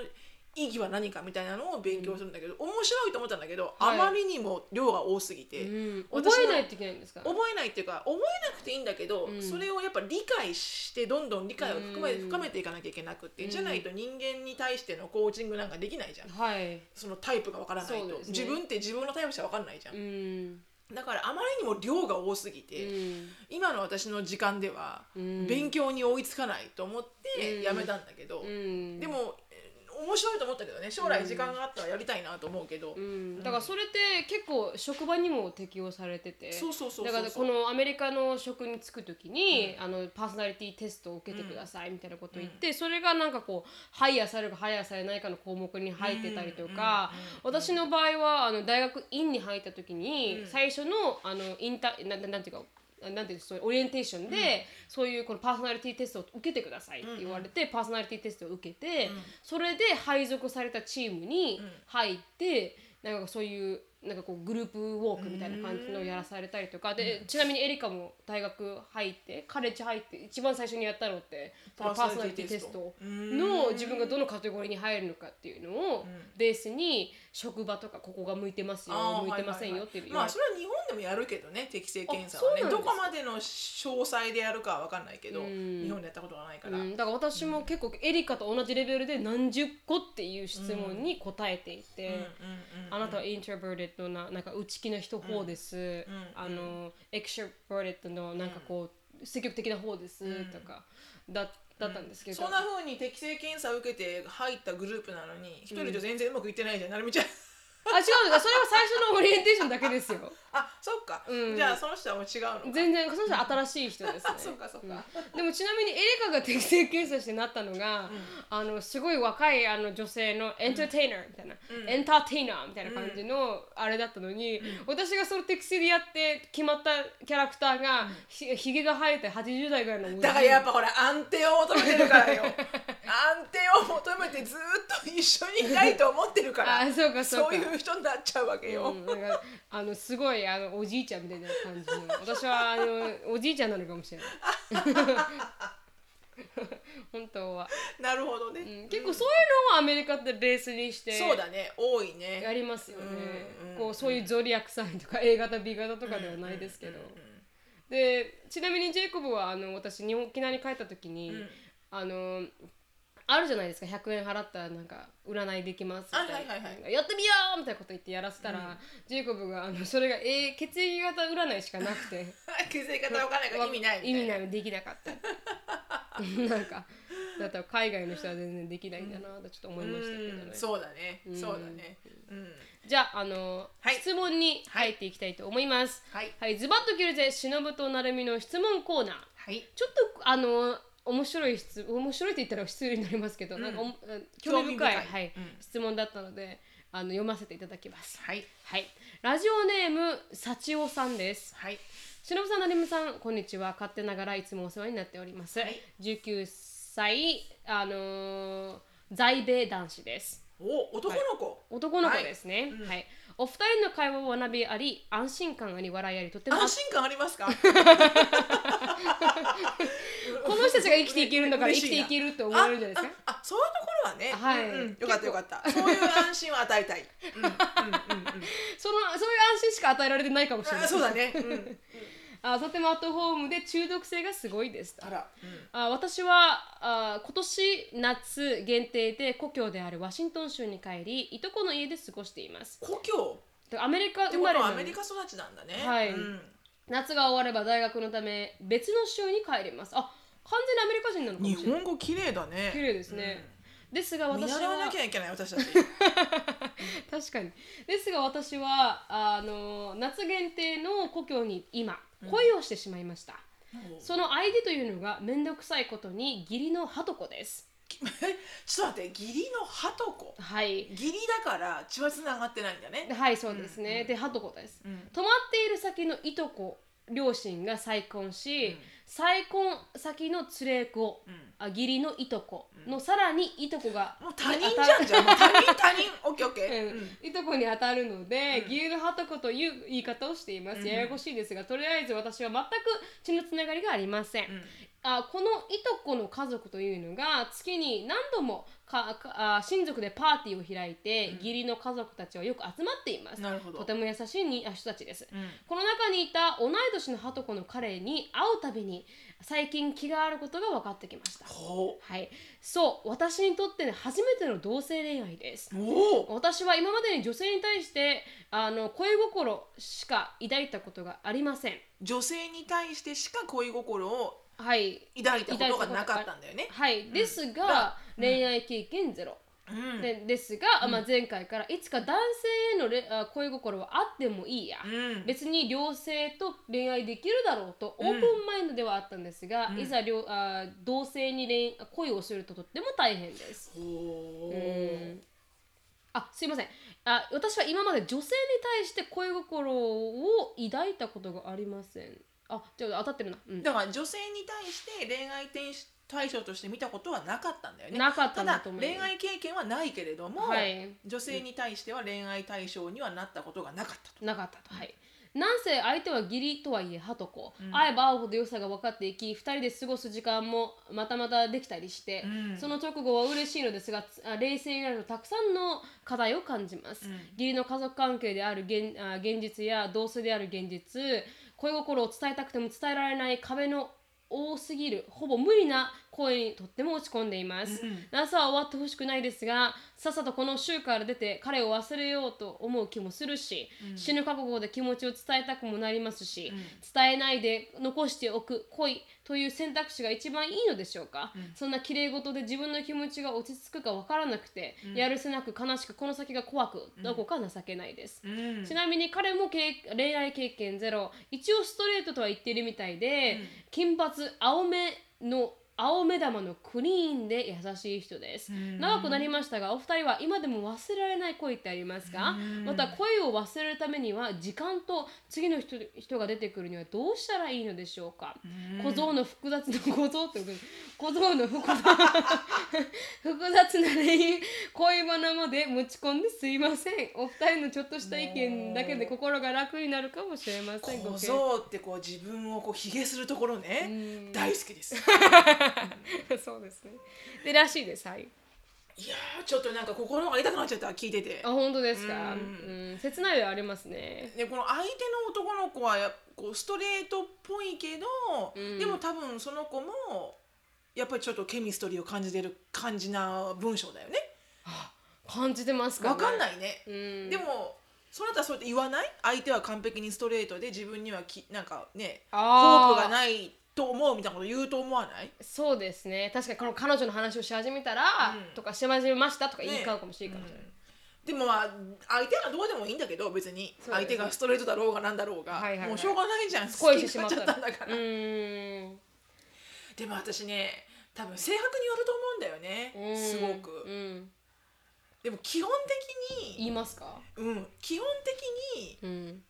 Speaker 2: 意義は何かみたいなのを勉強するんだけど、面白いと思ったんだけど、
Speaker 1: はい
Speaker 2: あまりにも量が多すぎて。
Speaker 1: うん
Speaker 2: 私
Speaker 1: 覚
Speaker 2: の
Speaker 1: えないといけないんですか
Speaker 2: 覚えないっていうか覚えなくていいんだけど、
Speaker 1: うん
Speaker 2: それをやっぱ理解してどんどん理解を含め
Speaker 1: うん
Speaker 2: 深めていかなきゃいけなくって、
Speaker 1: うん
Speaker 2: じゃないと人間に対してのコーチングなんかできないじゃん
Speaker 1: はい
Speaker 2: そのタイプがわからないと、
Speaker 1: そうですね
Speaker 2: 自分って自分のタイプしかわかんないじゃん、
Speaker 1: うん
Speaker 2: だからあまりにも量が多すぎて、
Speaker 1: うん
Speaker 2: 今の私の時間では
Speaker 1: うん
Speaker 2: 勉強に追いつかないと思って
Speaker 1: うん
Speaker 2: やめたんだけど、
Speaker 1: うん
Speaker 2: でもえー面白いと思ったけどね将来時間があったらやりたいなと思うけど、
Speaker 1: うんだからそれって結構職場にも適用されてて
Speaker 2: そうそうそうそう
Speaker 1: だからこのアメリカの職に就く時に、あのパーソナリティテストを受けてくださいみたいなことを言って、それがなんかこうハイヤーされるかハイヤーされないかの項目に入ってたりとか、私の場合はあの大学院に入った時に、最初のあのインタなななんていうかなんていうのそういうオリエンテーションで、そういうこのパーソナリティテストを受けてくださいって言われて、パーソナリティテストを受けて、それで配属されたチームに入って、なんかそういうなんかこうグループウォークみたいな感じのをやらされたりとかで、ちなみにエリカも大学入ってカレッジ入って一番最初にやったのってそのパーソナリティテスト
Speaker 2: う
Speaker 1: の自分がどのカテゴリーに入るのかっていうのをベースに職場とかここが向いてますよ
Speaker 2: あー
Speaker 1: 向いてませんよっていう
Speaker 2: はいはいはいまあそれは日本でもやるけどね適性検査は
Speaker 1: あ
Speaker 2: ね
Speaker 1: そうなん
Speaker 2: ど
Speaker 1: ですか
Speaker 2: こまでの詳細でやるかは分かんないけど
Speaker 1: うん
Speaker 2: 日本でやったことがないから、
Speaker 1: うん、だから私も結構エリカと同じレベルで何十個っていう質問に答えていて。あなたはイントロバーテッドななんか内気な人方です、あのエクストロバーテッドのなんかこう、積極的な方ですとか、だだったんですけど、
Speaker 2: そんな風に適性検査を受けて入ったグループなのに一人じゃ全然うまくいってないじゃん、なるみちゃん
Speaker 1: あ違うのそれは最初のオリエンテーションだけですよ
Speaker 2: あそっか、
Speaker 1: うん
Speaker 2: じゃあその人はもう違うのか
Speaker 1: 全然その人は新しい人ですね
Speaker 2: あ そっかそっか、
Speaker 1: うんでもちなみにエリカが適性検査してなったのが、あのすごい若いあの女性のエンターテイナーみたいな、エンターテイナーみたいな感じのあれだったのに、私がその適性でやって決まったキャラクターが、ひひげが生えて80代ぐらいのおじい
Speaker 2: だからやっぱほら安定を求めてるからよ安定を求めてずっと一緒にいたいと思ってるか ら
Speaker 1: あそうかそうか
Speaker 2: いう人になっちゃうわけよ、
Speaker 1: うん、なんかあのすごいあのおじいちゃんみたいな感じの私はあのおじいちゃんなのかもしれない 本当は、
Speaker 2: なるほどね、
Speaker 1: うん、結構そういうのをアメリカってベースにして
Speaker 2: そうだね多いね
Speaker 1: やりますよね、
Speaker 2: うんうん
Speaker 1: こうそういうゾリアックサインとか A 型 B 型とかではないですけど、でちなみにジェイコブはあの私日本沖縄に帰った時に、
Speaker 2: ん
Speaker 1: あのあるじゃないですか100円払ったらなんか占いできますみたいな、
Speaker 2: あはいはいはい
Speaker 1: なんかやってみようみたいなこと言ってやらせたら、ジェイコブがあのそれが、A、血液型占いしかなくて
Speaker 2: 削り方わ からないから意味ないみたいな
Speaker 1: 意味ないできな かったなんかだったら海外の人は全然できないんだなとちょっと思いましたけどね、
Speaker 2: うんそうだね、そうだね、うん、
Speaker 1: じゃあ、あの
Speaker 2: はい
Speaker 1: 質問に入っていきたいと思います。
Speaker 2: はい
Speaker 1: はい、ズバッと切るぜ、しのぶとなるみの質問コーナー。
Speaker 2: はい
Speaker 1: ちょっと、あの面白い質、面白いって言ったら失礼になりますけど、なんかおも興味深い
Speaker 2: 興味深い
Speaker 1: はい
Speaker 2: うん
Speaker 1: 質問だったので、あの読ませていただきます。
Speaker 2: はい
Speaker 1: はい、ラジオネーム幸男さんです。
Speaker 2: はい
Speaker 1: しのぶさん、なるみさん、こんにちは。勝手ながらいつもお世話になっております。
Speaker 2: はい
Speaker 1: 19歳、あの在米男子です。
Speaker 2: お男の子、
Speaker 1: 男の子ですね、はい
Speaker 2: うん
Speaker 1: お二人の会話を学びあり安心感あり笑いありとても
Speaker 2: 安心感あります か
Speaker 1: この人たちが生きていけるんだから
Speaker 2: 嬉
Speaker 1: 生
Speaker 2: し
Speaker 1: きて
Speaker 2: いない
Speaker 1: けるって思えるんじゃないですか
Speaker 2: あああそういうところは
Speaker 1: は
Speaker 2: ね、
Speaker 1: い
Speaker 2: うんうんよかったよかったそういう安心を与えたい、うんうん
Speaker 1: そのそういう安心しか与えられてないかもしれな
Speaker 2: あ
Speaker 1: い
Speaker 2: そうだね、うん、
Speaker 1: あとてもアットホームで中毒性がすごいです
Speaker 2: あら、
Speaker 1: あ私はあ今年夏限定で故郷であるワシントン州に帰りいとこの家で過ごしています
Speaker 2: 故郷
Speaker 1: だからアメリカ
Speaker 2: って
Speaker 1: 生
Speaker 2: こ
Speaker 1: ま
Speaker 2: と
Speaker 1: れ
Speaker 2: は
Speaker 1: な
Speaker 2: ア
Speaker 1: の
Speaker 2: メリ
Speaker 1: に
Speaker 2: カ育ちなんだね
Speaker 1: はい
Speaker 2: うん
Speaker 1: 夏が終われば大学のため別の州に帰りますあ完全にアメリカ人なのかもし
Speaker 2: 日
Speaker 1: れない
Speaker 2: 本語綺麗だね
Speaker 1: 綺麗ですね、ですが
Speaker 2: 見
Speaker 1: 私は
Speaker 2: 習わなきゃいけない私たち
Speaker 1: 確かにですが私はあの夏限定の故郷に今恋をしてしまいました、その相手というのが面倒くさいことに義理のハトコです
Speaker 2: ちょっと待って義理のハトコ
Speaker 1: はい
Speaker 2: 義理だから血はつながってないんだね
Speaker 1: はいそうですね、でハトコです、泊まっている先のいとこ両親が再婚し、再婚先の連れ子、あ義理のいとこのさらにいとこが
Speaker 2: もう他人じゃんじゃんもう他人他人オッケーオッケー、うん
Speaker 1: うんいとこに当たるので、ギルドハトコという言い方をしています、ややこしいですがとりあえず私は全く血のつながりがありません、あこのいとこの家族というのが月に何度もかかあ親族でパーティーを開いて、義理の家族たちはよく集まっています
Speaker 2: なるほど
Speaker 1: とても優しいにあ人たちです、
Speaker 2: うん
Speaker 1: この中にいた同い年のハトコの彼に会うたびに最近気があることが分かってきました
Speaker 2: ほ
Speaker 1: はいそう私にとっての初めての同性恋愛です
Speaker 2: うおお
Speaker 1: 私は今までに女性に対してあの恋心しか抱いたことがありません
Speaker 2: 女性に対してしか恋心を
Speaker 1: はい
Speaker 2: 抱いたことがなかったんだよね
Speaker 1: はいですが、恋愛経験ゼロ、
Speaker 2: うん
Speaker 1: でですが、まあ、前回からいつか男性へのれあ恋心はあってもいいや、
Speaker 2: うん
Speaker 1: 別に両性と恋愛できるだろうとオープンマインドではあったんですが、いざ両あ同性に恋恋をするととっても大変です
Speaker 2: ほう
Speaker 1: うんあすいませんあ私は今まで女性に対して恋心を抱いたことがありませんあじゃあ当たってるな、うん、
Speaker 2: だから女性に対して恋愛天使対象として見たことはなかったんだよね。
Speaker 1: なかったんだと
Speaker 2: た
Speaker 1: 思
Speaker 2: だ
Speaker 1: います
Speaker 2: 恋愛経験はないけれども、
Speaker 1: はい
Speaker 2: 女性に対しては恋愛対象にはなったことがなかったと。
Speaker 1: なかったとはいなんせ相手は義理とはいえハトコ、会えば会うほど良さが分かっていき2人で過ごす時間もまたまたできたりして、
Speaker 2: うん
Speaker 1: その直後は嬉しいのですがつあ冷静になるとたくさんの課題を感じます、
Speaker 2: うん
Speaker 1: 義理の家族関係である現あ現実や同性である現実恋心を伝えたくても伝えられない壁の多すぎるほぼ無理な声にとっても落ち込んでいます、
Speaker 2: うん
Speaker 1: 朝は終わってほしくないですがさっさとこの週から出て彼を忘れようと思う気もするし、死ぬ覚悟で気持ちを伝えたくもなりますし、
Speaker 2: うん
Speaker 1: 伝えないで残しておく恋という選択肢が一番いいのでしょうか、
Speaker 2: うん
Speaker 1: そんな綺麗事で自分の気持ちが落ち着くか分からなくて、
Speaker 2: うん
Speaker 1: やるせなく悲しくこの先が怖くどこか情けないです、
Speaker 2: うん
Speaker 1: ちなみに彼も経恋愛経験ゼロ一応ストレートとは言ってるみたいで、
Speaker 2: うん
Speaker 1: 金髪青目の青目玉のクリーンで優しい人です、
Speaker 2: うん
Speaker 1: 長くなりましたがお二人は今でも忘れられない恋ってありますか、
Speaker 2: うん
Speaker 1: また恋を忘れるためには時間と次の人人が出てくるにはどうしたらいいのでしょうか、
Speaker 2: うん
Speaker 1: 小僧の複雑な小僧ってこと小僧の複雑複雑な恋恋バナまで持ち込んですいませんお二人のちょっとした意見だけで心が楽になるかもしれません
Speaker 2: 小
Speaker 1: ご
Speaker 2: 僧ってこう自分をこう卑下するところ
Speaker 1: け
Speaker 2: ね、
Speaker 1: ん
Speaker 2: 大好き です
Speaker 1: そうですねでらしいですはい
Speaker 2: いやーちょっとなんか心が痛くなっちゃった聞いてて
Speaker 1: あ本当ですか
Speaker 2: う
Speaker 1: うんん切ないはありますね
Speaker 2: でこの相手の男の子はやこうストレートっぽいけど、
Speaker 1: うん
Speaker 2: でも多分その子もやっぱりちょっとケミストリーを感じてる感じな文章だよね
Speaker 1: 感じてますか、ね、、
Speaker 2: わかんないいね、
Speaker 1: うん、
Speaker 2: でもそなたはそうやって言わない相手は完璧にストレートで自分にはきなんかねホ
Speaker 1: あー
Speaker 2: ープがないと思うみたいなこと言うと思わない
Speaker 1: そうですね確かにこの彼女の話をし始めたら、
Speaker 2: うん
Speaker 1: とかし始めましたとか言い
Speaker 2: ね
Speaker 1: 換うかもしれないから、
Speaker 2: でもまあ相手がどうでもいいんだけど別に
Speaker 1: そう
Speaker 2: 相手がストレートだろうがなんだろうが、
Speaker 1: はいはいはい
Speaker 2: もうしょうがないじゃん
Speaker 1: 恋し
Speaker 2: 好
Speaker 1: て
Speaker 2: き
Speaker 1: し
Speaker 2: に
Speaker 1: ま
Speaker 2: な
Speaker 1: っ
Speaker 2: っ
Speaker 1: た
Speaker 2: ちゃ
Speaker 1: ら
Speaker 2: ったんだから、
Speaker 1: うーん
Speaker 2: でも私ね多分性格によると思うんだよね、
Speaker 1: うん
Speaker 2: すごく、
Speaker 1: うん、
Speaker 2: でも基本的
Speaker 1: 言
Speaker 2: に、
Speaker 1: いますか
Speaker 2: うん、基本的に
Speaker 1: うん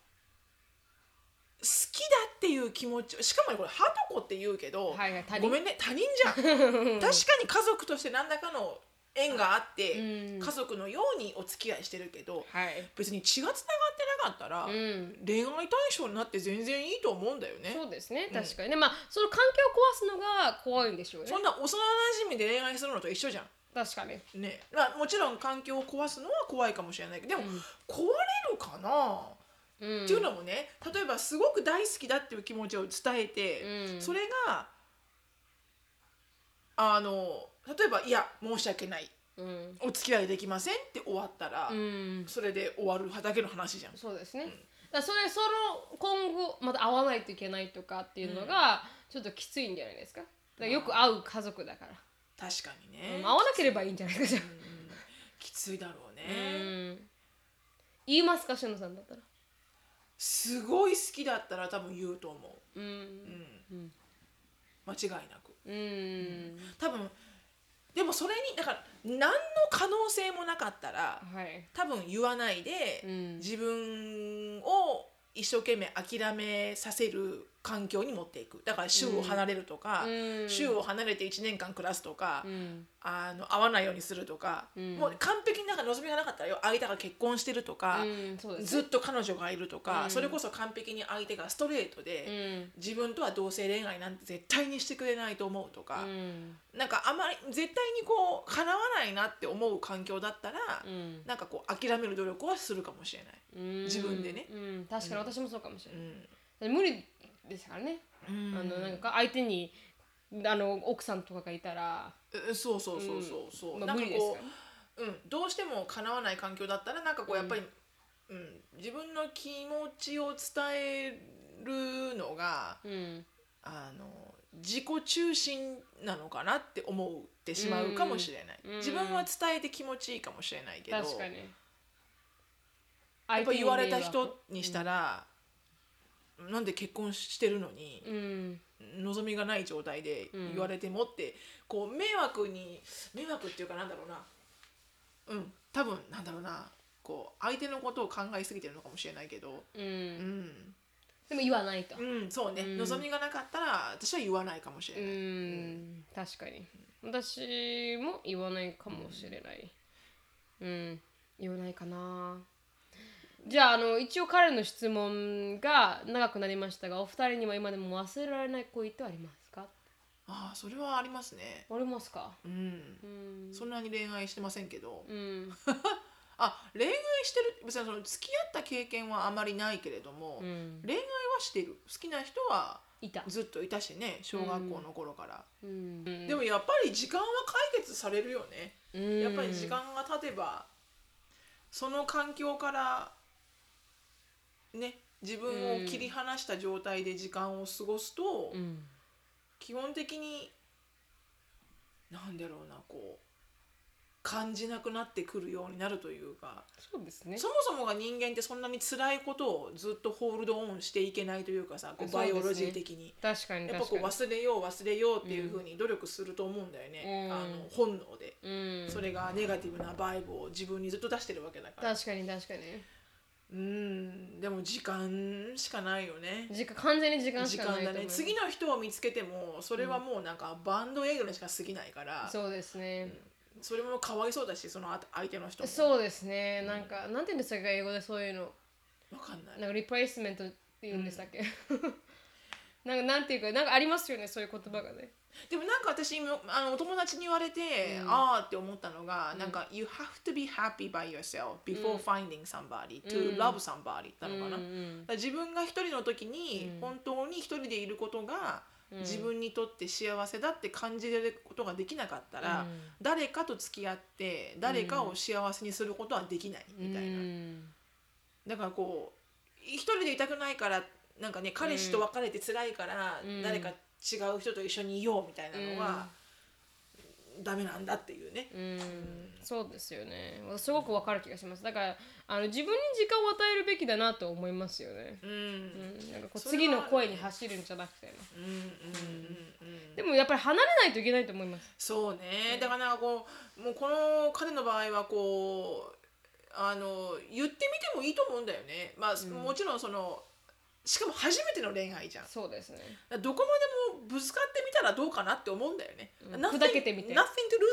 Speaker 2: 好きだっていう気持ちしかもこれハトコって言うけど、
Speaker 1: はいはい他人
Speaker 2: ごめんね他人 じゃん確かに家族として何らかの縁があって、
Speaker 1: うん
Speaker 2: 家族のようにお付き合いしてるけど
Speaker 1: はい
Speaker 2: 別に血がつながってなかったら、
Speaker 1: うん
Speaker 2: 恋愛対象になって全然いいと思うんだよね
Speaker 1: そうですね
Speaker 2: うん
Speaker 1: 確かにね、まあその環境を壊すのが怖いんでしょうね
Speaker 2: そんな幼馴染で恋愛するのと一緒じゃん
Speaker 1: 確かに
Speaker 2: ね、まあ、もちろん環境を壊すのは怖いかもしれないけどでも、
Speaker 1: うん
Speaker 2: 壊れるかな、
Speaker 1: うん
Speaker 2: っていうのもね例えばすごく大好きだっていう気持ちを伝えて、
Speaker 1: うん
Speaker 2: それがあの例えば「いや申し訳ない
Speaker 1: うん、
Speaker 2: お付き合いできません」って終わったら、
Speaker 1: うん、
Speaker 2: それで終わるだけの話じゃん。
Speaker 1: そうですね、だからそれその今後また会わないといけないとかっていうのがちょっときついんじゃないですかだからよく会う家族だから、
Speaker 2: 確かに
Speaker 1: う
Speaker 2: ね
Speaker 1: ん、会わなければいいんじゃないかじゃあ
Speaker 2: きついだろうね、
Speaker 1: うん言いますかしのさんだったら
Speaker 2: すごい好きだったら多分言うと思
Speaker 1: う
Speaker 2: う、うんん、
Speaker 1: うん
Speaker 2: 間違いなく
Speaker 1: うん
Speaker 2: 多分でもそれにだから何の可能性もなかったら
Speaker 1: はい
Speaker 2: 多分言わないで、
Speaker 1: うん
Speaker 2: 自分を一生懸命諦めさせる環境に持っていくだから州を離れるとか、
Speaker 1: うん
Speaker 2: 州を離れて1年間暮らすとか、
Speaker 1: うん
Speaker 2: あの会わないようにするとか、
Speaker 1: うん
Speaker 2: もう完璧になんか望みがなかったらよ相手が結婚してるとか、
Speaker 1: うんそうです
Speaker 2: ずっ
Speaker 1: ね
Speaker 2: と彼女がいるとか、
Speaker 1: うん
Speaker 2: それこそ完璧に相手がストレートで、
Speaker 1: うん
Speaker 2: 自分とは同性恋愛なんて絶対にしてくれないと思うとか
Speaker 1: う、ん
Speaker 2: なんかあまり絶対にこう叶わないなって思う環境だったら、
Speaker 1: うん
Speaker 2: なんかこう諦める努力はするかもしれない。
Speaker 1: うん
Speaker 2: 自分でね
Speaker 1: うん確かに私もそうかもしれ
Speaker 2: う
Speaker 1: ない
Speaker 2: ん
Speaker 1: だって無理ですからね
Speaker 2: うん
Speaker 1: あのなんか相手にあの奥さんとかがいたら
Speaker 2: うんそうそうそうそうそう、
Speaker 1: まあ
Speaker 2: なん
Speaker 1: 無
Speaker 2: か
Speaker 1: 理です
Speaker 2: こ
Speaker 1: からね
Speaker 2: う、うん、どうしても叶わない環境だったらなんかこうやっぱり、うん自分の気持ちを伝えるのが
Speaker 1: うん
Speaker 2: あの自己中心なのかなって思ってしまうかもしれない、
Speaker 1: うんうん
Speaker 2: 自分は伝えて気持ちいいかもしれないけど
Speaker 1: 確かに
Speaker 2: やっぱ言われた人にした
Speaker 1: ら
Speaker 2: ら、なんで結婚してるのに、
Speaker 1: うん
Speaker 2: 望みがない状態で
Speaker 1: うん
Speaker 2: 言われてもって、こう迷惑に迷惑っていうかなんだろうなうん多分なんだろうなこう相手のことを考えすぎてるのかもしれないけど
Speaker 1: う
Speaker 2: うんん、
Speaker 1: でも言わないと
Speaker 2: うん、そうね、
Speaker 1: うん
Speaker 2: 望みがなかったら私は言わないかもし
Speaker 1: う
Speaker 2: れない、
Speaker 1: ーん確かに私も言わないかもしれないうん言わないかなじゃああの一応彼の質問が長くなりましたがお二人には今でも忘れられない恋ってありますか
Speaker 2: ああそれはありますね
Speaker 1: ありますか
Speaker 2: うん
Speaker 1: うん
Speaker 2: そんなに恋愛してませんけど、
Speaker 1: うん
Speaker 2: あ恋愛してる別にその付き合った経験はあまりないけれども、
Speaker 1: うん
Speaker 2: 恋愛はしてる好きな人はい
Speaker 1: た
Speaker 2: ずっといたしね小学校の頃から、
Speaker 1: うん
Speaker 2: でももやっぱり時間は解決されるよね、
Speaker 1: うん
Speaker 2: やっぱり時間が経てばその環境からね自分を切り離した状態で時間を過ごすと、
Speaker 1: うん
Speaker 2: 基本的になんだろうなこう感じなくなってくるようになるというか
Speaker 1: そうですね
Speaker 2: そもそもが人間ってそんなに辛いことをずっとホールドオンしていけないというかさこう
Speaker 1: そう
Speaker 2: バ
Speaker 1: で
Speaker 2: イ
Speaker 1: すね
Speaker 2: オロジー的に。
Speaker 1: 確かに
Speaker 2: やっぱ
Speaker 1: 確
Speaker 2: こう
Speaker 1: かに
Speaker 2: 忘れよう忘れようっていうふうに努力すると思うんだよ
Speaker 1: う
Speaker 2: ね、
Speaker 1: ん
Speaker 2: あの本能で、
Speaker 1: うん
Speaker 2: それがネガティブなバイブを自分にずっと出してるわけだから
Speaker 1: 確かに確かに
Speaker 2: うんでも時間しかないよね
Speaker 1: 時間完全に時間し
Speaker 2: 時
Speaker 1: かないと
Speaker 2: 間だ
Speaker 1: 思い
Speaker 2: ね
Speaker 1: ます
Speaker 2: 次の人を見つけてもそれはもうなんかバンドエイドにしか過ぎないから、
Speaker 1: そうですね
Speaker 2: それもかわいそうだしそのあ相手の人も
Speaker 1: そうですねなんかなんて言うんですか英語でそういうの
Speaker 2: わかんない
Speaker 1: なんかリプレイスメントって言うんでしたっけなんかなんていうかなんかありますよねそういう言葉がね
Speaker 2: でもなんか私今あのお友達に言われて、
Speaker 1: うん
Speaker 2: ああって思ったのが、なんか「You have to be happy by yourself
Speaker 1: うん
Speaker 2: before finding somebody
Speaker 1: う
Speaker 2: to
Speaker 1: ん
Speaker 2: love somebody」だったのかな、
Speaker 1: うんう
Speaker 2: だか
Speaker 1: ん
Speaker 2: ら自分が一人の時に
Speaker 1: うん
Speaker 2: 本当に一人でいることが
Speaker 1: うん
Speaker 2: 自分にとって幸せだって感じれることができなかった
Speaker 1: う
Speaker 2: ら、
Speaker 1: ん
Speaker 2: 誰かと付き合って誰かを幸せにすることはできないみたいな、
Speaker 1: うん
Speaker 2: だからこう一人でいたくないからなんかね彼氏と別れて辛いから、
Speaker 1: うん
Speaker 2: 誰か違う人と一緒にいようみたいなのは、ダメなんだっていうね。
Speaker 1: うんそうですよねすごくわかる気がしますだからあの自分に時間を与えるべきだなと思いますよね、
Speaker 2: うん
Speaker 1: うん、なんかこう
Speaker 2: それは
Speaker 1: 次の声に走るんじゃなくてね
Speaker 2: うんうんうんうん
Speaker 1: でもやっぱり離れないといけないと思います
Speaker 2: そうねだからなんかこうもうこの彼の場合はこうあの言ってみてもいいと思うんだよね、まあもちろんそのしかも初めての恋愛じゃんだか
Speaker 1: そうですね
Speaker 2: らどこまでもぶつかってみたらどうかなって思うんだよね、
Speaker 1: うん
Speaker 2: ナフ
Speaker 1: 砕けてみて
Speaker 2: nothing to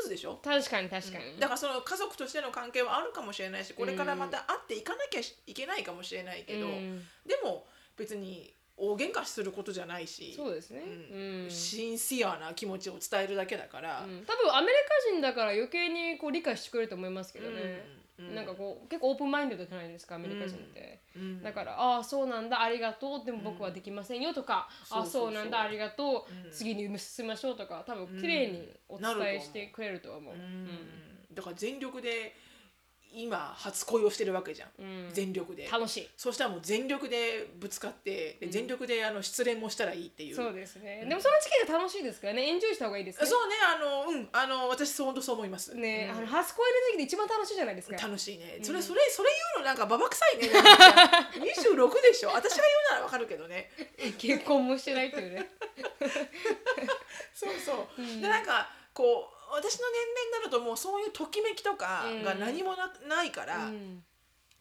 Speaker 2: lose でしょ
Speaker 1: 確かに確かに、
Speaker 2: だからその家族としての関係はあるかもしれないしこれからまた会っていかなきゃいけないかもしれないけど、
Speaker 1: うん
Speaker 2: でも別に大喧嘩することじゃないし
Speaker 1: そうですね
Speaker 2: う
Speaker 1: うんん、うん
Speaker 2: シンシアな気持ちを伝えるだけだから、
Speaker 1: 多分アメリカ人だから余計にこう理解してくれると思いますけどね、
Speaker 2: うん
Speaker 1: なんかこう結構オープンマインドじゃないですかアメリカ人って、
Speaker 2: うん
Speaker 1: だから「ああそうなんだありがとう」でも僕はできませんよとか「ああ
Speaker 2: そ
Speaker 1: そう
Speaker 2: うそうそう
Speaker 1: なんだありがとう、
Speaker 2: うん
Speaker 1: 次に進みましょう」とか多分綺麗にお伝えしてくれるとは思う、
Speaker 2: う
Speaker 1: うんん
Speaker 2: だから全力で今初恋をしてるわけじゃん、
Speaker 1: うん
Speaker 2: 全力で
Speaker 1: 楽しい
Speaker 2: そうしたらもう全力でぶつかってで全力であの失恋もしたらいいっていう
Speaker 1: そうですね、でもその時期が楽しいですからねエンジョイした方がいいですね
Speaker 2: そうねあのうんあの私そう本当そう思います
Speaker 1: ね、
Speaker 2: うん
Speaker 1: あの初恋の時期で一番楽しいじゃないですか
Speaker 2: 楽しいね、
Speaker 1: うん
Speaker 2: それそれそれ言うのなんかババ臭 いねなんか26でしょ私が言うならわかるけどね
Speaker 1: 結婚もしてないと いうね
Speaker 2: そうそう、
Speaker 1: うん
Speaker 2: でなんかこう私の年齢になるともうそういうときめきとかが何もな,、ないか
Speaker 1: う
Speaker 2: ら、
Speaker 1: ん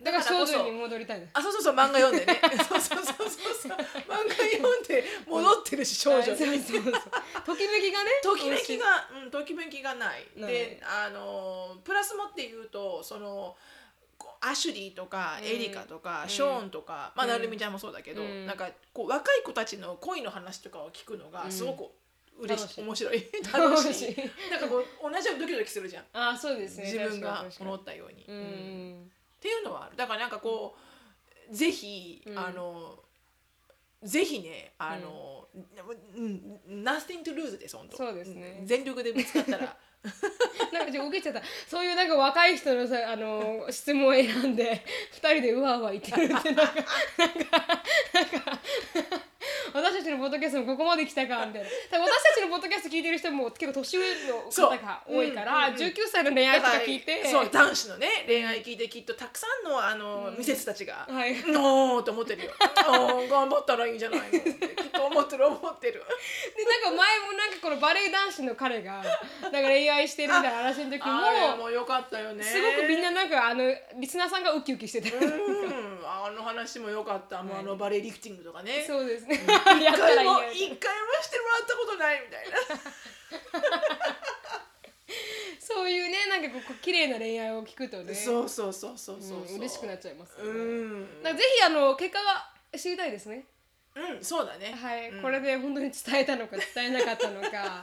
Speaker 1: だから
Speaker 2: だから
Speaker 1: 少
Speaker 2: こそ
Speaker 1: 女に戻りたいな
Speaker 2: あそうそうそう漫画読ん でねそうそうそうそうそう漫画読んで戻ってるし少女
Speaker 1: はいそう
Speaker 2: に
Speaker 1: そうそうときめきがね
Speaker 2: ときめきが、うん、ときめきがない
Speaker 1: ない
Speaker 2: であのープラスもっていうとそのこうアシュリーとか
Speaker 1: うん
Speaker 2: エリカとか、
Speaker 1: うん
Speaker 2: ショーンとか、まあ、
Speaker 1: うん
Speaker 2: なるみちゃんもそうだけど、
Speaker 1: うん
Speaker 2: なんかこう若い子たちの恋の話とかを聞くの
Speaker 1: う
Speaker 2: が
Speaker 1: ん
Speaker 2: すごく嬉
Speaker 1: 楽
Speaker 2: し、
Speaker 1: し
Speaker 2: い
Speaker 1: い
Speaker 2: 面白い 楽
Speaker 1: 楽
Speaker 2: しい
Speaker 1: しい
Speaker 2: なんかこう同じようにドキドキするじゃん、
Speaker 1: あそうですね
Speaker 2: 自分が
Speaker 1: 確かに
Speaker 2: 思っ
Speaker 1: 確か
Speaker 2: たように。
Speaker 1: にう
Speaker 2: うん
Speaker 1: ん
Speaker 2: っていうのはあるだからなんかこうぜひ、
Speaker 1: うん
Speaker 2: あのぜひねあの、うんうん、nothing to lose です本当
Speaker 1: そうですね
Speaker 2: ん全力でぶつかった ら
Speaker 1: なんかちょっと受けちゃったそういうなんか若い人のさあの質問を選んで二人でうわうわ言ってるってなんかなんかなんか私たちのポッドキャストもここまで来たかみたいな多分私たちのポッドキャスト聞いてる人も結構年上の
Speaker 2: そう
Speaker 1: 方が多いから、
Speaker 2: うんうんうん
Speaker 1: 19歳の恋愛とか聞いて
Speaker 2: そう男子のね恋愛聞いてきっとたくさんのあの、ミセスたちが
Speaker 1: はい
Speaker 2: 「のー」と思って るよ「おー頑張ったらいいんじゃないの」ってきっと思ってる思っ てる
Speaker 1: でなんか前もなんかこのバレエ男子の彼がなんか恋愛してるみたいな話の時
Speaker 2: あれ
Speaker 1: も
Speaker 2: もよかったよね
Speaker 1: すごくみんななんかあのリスナーさんがウキウキしてた、
Speaker 2: うんあの話もよかった、もうあのバレエリフティングとかね
Speaker 1: そうですね
Speaker 2: 一
Speaker 1: やったらいい
Speaker 2: 回も
Speaker 1: よ
Speaker 2: 一回もしてもらったことないみたいな
Speaker 1: そういうねなんかこうこう綺麗な恋愛を聞くとね
Speaker 2: そうそうそうそうそうそう、
Speaker 1: ん嬉しくなっちゃいますよね、
Speaker 2: うん、
Speaker 1: だからぜひあの結果が知りたいですね
Speaker 2: うん、そうだね。
Speaker 1: はい、
Speaker 2: うん
Speaker 1: これで本当に伝えたのか伝えなかったの かあ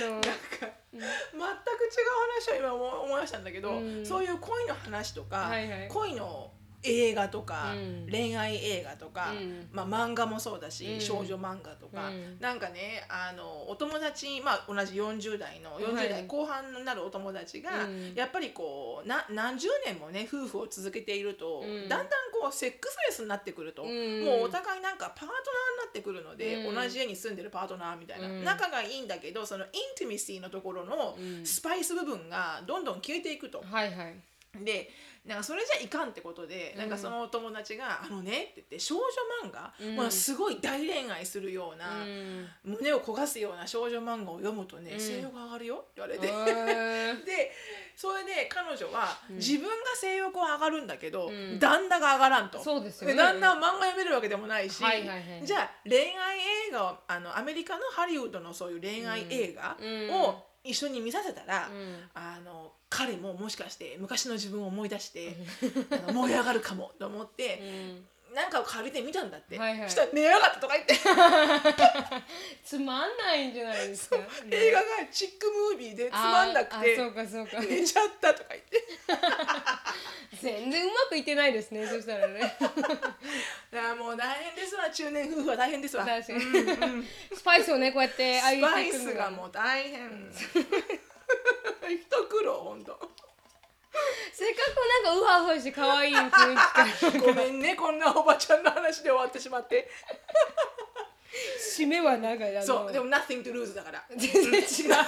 Speaker 1: の
Speaker 2: 全く違う話を今思い思い出したんだけど、
Speaker 1: うん
Speaker 2: そういう恋の話とか、
Speaker 1: はいはい
Speaker 2: 恋の映画とか、
Speaker 1: うん
Speaker 2: 恋愛映画とか、
Speaker 1: うん
Speaker 2: まあ、漫画もそうだし、
Speaker 1: うん
Speaker 2: 少女漫画とか、
Speaker 1: うん
Speaker 2: なんかねあのお友達、まあ、同じ40代の
Speaker 1: い
Speaker 2: 40代後半になるお友達が、
Speaker 1: うん
Speaker 2: やっぱりこうな何十年もね夫婦を続けていると、
Speaker 1: うん
Speaker 2: だんだんこうセックスレスになってくると、
Speaker 1: うん
Speaker 2: もうお互いなんかパートナーになってくるので、
Speaker 1: うん
Speaker 2: 同じ家に住んでるパートナーみたいな、
Speaker 1: うん
Speaker 2: 仲がいいんだけどそのインティミシーのところの
Speaker 1: うん
Speaker 2: スパイス部分がどんどん消えていくと。
Speaker 1: はいはい
Speaker 2: でなんかそれじゃいかんってことでなんかそのお友達が「あのね」って言って少女漫画、
Speaker 1: うん
Speaker 2: まあ、すごい大恋愛するような、
Speaker 1: うん
Speaker 2: 胸を焦がすような少女漫画を読むとね、
Speaker 1: うん
Speaker 2: 性欲上がるよって言われて、
Speaker 1: へー
Speaker 2: でそれで彼女は
Speaker 1: うん
Speaker 2: 自分が性欲は上がるんだけど、
Speaker 1: うん
Speaker 2: 旦那が上がらんと。
Speaker 1: そうですよ
Speaker 2: で
Speaker 1: ね
Speaker 2: 旦那は漫画読めるわけでもないし、
Speaker 1: はいはいはい
Speaker 2: じゃあ恋愛映画をあのアメリカのハリウッドのそういう恋愛映画
Speaker 1: うん
Speaker 2: を一緒に見させたら、
Speaker 1: うん
Speaker 2: あの彼ももしかして昔の自分を思い出してあの燃え上がるかもと思って、
Speaker 1: うん
Speaker 2: なんかを借りてみたんだって、
Speaker 1: はいはい
Speaker 2: そしたら「寝やがった」とか言って
Speaker 1: つまんないんじゃないですか
Speaker 2: 映画がチックムービーでつまんなくて
Speaker 1: あーあそうかそうか
Speaker 2: 寝ちゃったとか言って
Speaker 1: 全然うまくいってないですねそしたら ね
Speaker 2: だからもう大変ですわ中年夫婦は大変ですわ
Speaker 1: 確かにスパイスをねこうやってああ
Speaker 2: ス
Speaker 1: いう
Speaker 2: パ
Speaker 1: て
Speaker 2: イ
Speaker 1: いくの
Speaker 2: スがもう大変 一苦労ほんと
Speaker 1: せっかくなんかウハウハして可愛い雰囲気から
Speaker 2: ごめんねこんなおばちゃんの話で終わってしまって
Speaker 1: 締めは長いあの
Speaker 2: そうでも nothing to lose だから
Speaker 1: 全然違うそれで終わ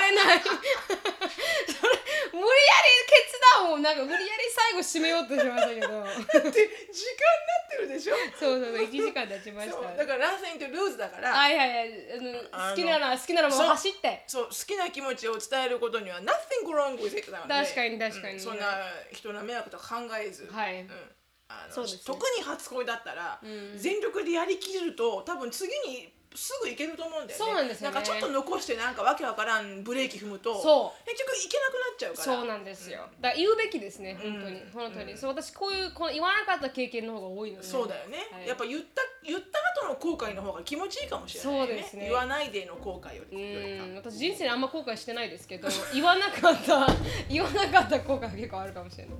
Speaker 1: れないそれ無理やり決断をなんか無理やり最後締めようとしましたけど
Speaker 2: だって時間になってるでしょ
Speaker 1: そうそうそう1時間経ちました
Speaker 2: そうだから「nothing to lose」だから、
Speaker 1: はいはいはいあの
Speaker 2: あの
Speaker 1: 好きなら好きならもう
Speaker 2: そう
Speaker 1: 走って
Speaker 2: そう好きな気持ちを伝えることには nothing wrong with it なので
Speaker 1: 確かに確かに
Speaker 2: うんそんな人の迷惑とか考えず、
Speaker 1: はい
Speaker 2: うんあの
Speaker 1: そうですね
Speaker 2: 特に初恋だったら、
Speaker 1: ん
Speaker 2: 全力でやりきると多分次にすぐ行けると思うんだよね
Speaker 1: そうなんですよね
Speaker 2: なんかちょっと残してなんかわけわからんブレーキ踏むと
Speaker 1: そう
Speaker 2: 結局行けなくなっちゃうから
Speaker 1: そうなんですよだから言うべきですね
Speaker 2: うん
Speaker 1: 本当に
Speaker 2: うん
Speaker 1: 本当にそう私こういうこの言わなかった経験の方が多いので
Speaker 2: そうだよね、
Speaker 1: はい
Speaker 2: やっぱ言った言った後の後悔の方が気持ちいいかもしれない
Speaker 1: そうですね
Speaker 2: 言わないでの後悔よ
Speaker 1: う
Speaker 2: りよりか
Speaker 1: ん私人生にあんま後悔してないですけど 言わなかった 言わなかった後悔が結構あるかもしれない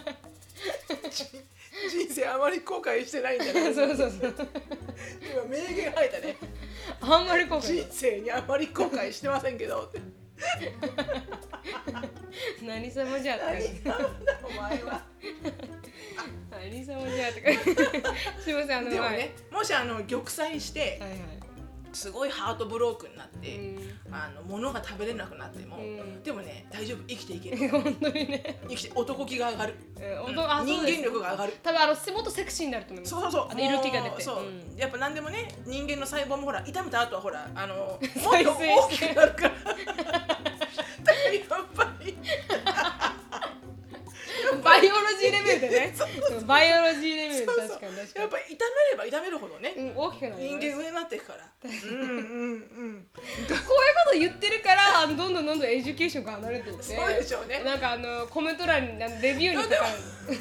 Speaker 2: 人生あまり後悔してないんだか ら
Speaker 1: そうそうそう
Speaker 2: 今名言入ったね
Speaker 1: あんまり後
Speaker 2: 人
Speaker 1: 悔
Speaker 2: 生にあまり後悔してません けどって
Speaker 1: 何様じゃって
Speaker 2: 何なんだお前は
Speaker 1: 何様じゃ ってすいませんあの
Speaker 2: でも
Speaker 1: はい
Speaker 2: ねもしあの玉砕して
Speaker 1: はいはい
Speaker 2: すごいハートブロークになっ
Speaker 1: う
Speaker 2: て、
Speaker 1: ん
Speaker 2: あの物が食べれなくなっても、
Speaker 1: うん
Speaker 2: でもね大丈夫生きていけ る
Speaker 1: 本当にね
Speaker 2: 生きて男気が上がる、
Speaker 1: うん
Speaker 2: うん
Speaker 1: 本当あ
Speaker 2: 人
Speaker 1: そうです
Speaker 2: 間力が上がる
Speaker 1: 多分あのもっとセクシーになると思います
Speaker 2: そうそうそう
Speaker 1: あの色気が出
Speaker 2: もう
Speaker 1: て
Speaker 2: そう、
Speaker 1: うん
Speaker 2: やっぱ何でもね人間の細胞もほら痛めた後はほらあのもっと
Speaker 1: 再生
Speaker 2: 大
Speaker 1: し
Speaker 2: きく なるからだからやっぱり
Speaker 1: バイオロジーレベルで ねうんバイオロジーレベルで
Speaker 2: そうそう
Speaker 1: 確かに確か
Speaker 2: やっ
Speaker 1: に
Speaker 2: ぱり痛めれば痛めるほどね、
Speaker 1: うん大きくなり
Speaker 2: 人
Speaker 1: ます
Speaker 2: 間上になっていくからうんうんうん
Speaker 1: こういうこと言ってるからあのどんどんどんどんエデュケーションが離れていって
Speaker 2: そうでしょうね
Speaker 1: なんかあのコメント欄にあのレビューに書か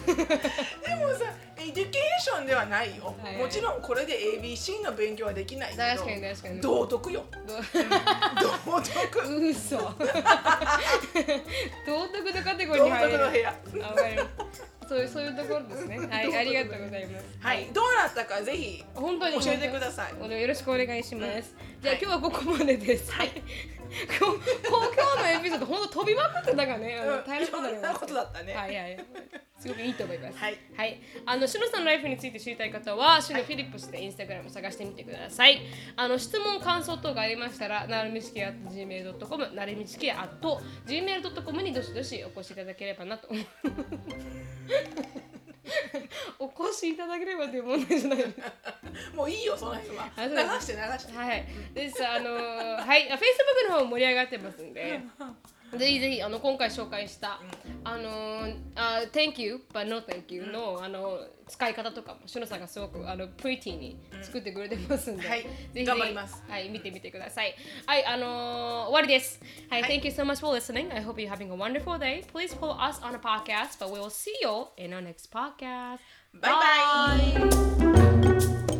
Speaker 1: れる
Speaker 2: でもさエデュケーションではないよ、
Speaker 1: はい
Speaker 2: もちろんこれで ABC の勉強はできないけど
Speaker 1: 確かに確かに
Speaker 2: 道徳よ 道徳
Speaker 1: うそ道徳のカテゴリー
Speaker 2: 道
Speaker 1: に入る
Speaker 2: 徳の部屋
Speaker 1: あわかりましたそういうそういうところですねは
Speaker 2: 道
Speaker 1: い
Speaker 2: 徳
Speaker 1: ありがとうございます
Speaker 2: はいどうなったかぜひ
Speaker 1: 本当に
Speaker 2: 教えてください
Speaker 1: 本当によろしくお願いします、
Speaker 2: ん
Speaker 1: じゃあ、
Speaker 2: はい
Speaker 1: 今日はここまでです
Speaker 2: はい
Speaker 1: ここ今日のエピソード本当飛びまくってたからねあの
Speaker 2: うん
Speaker 1: 大変なことになりました
Speaker 2: いろんなことだったね
Speaker 1: はいはいすごくいいと思います
Speaker 2: はい、
Speaker 1: あのシュノさんのライフについて知りたい方はシュノフィリップスでインスタグラムを探してみてくださいあの質問感想等がありましたらなるみちき at gmail.com なるみちき at gmail.com にどしどしお越しいただければなと思いますお越しいただければという問題じゃないです
Speaker 2: もういいよその辺は
Speaker 1: あそう
Speaker 2: 流
Speaker 1: です
Speaker 2: して流して
Speaker 1: はい、ですあのーはい、あ Facebook の方も盛り上がってますんで、ぜひぜひあの今回紹介した、あのーあ Thank you but no thank you の、あの使い方とかもしゅのさんがすごくあのプリティに作ってくれてますんで、
Speaker 2: はい
Speaker 1: ぜひぜひ
Speaker 2: 頑張ります。
Speaker 1: はい、見てみてください。はい、あのー終わりです。はい、
Speaker 2: はい
Speaker 1: Thank you so much for listening. I hope you're having a wonderful day. Please follow us on a podcast, but we will see you in our next podcast.
Speaker 2: Bye bye.
Speaker 1: bye.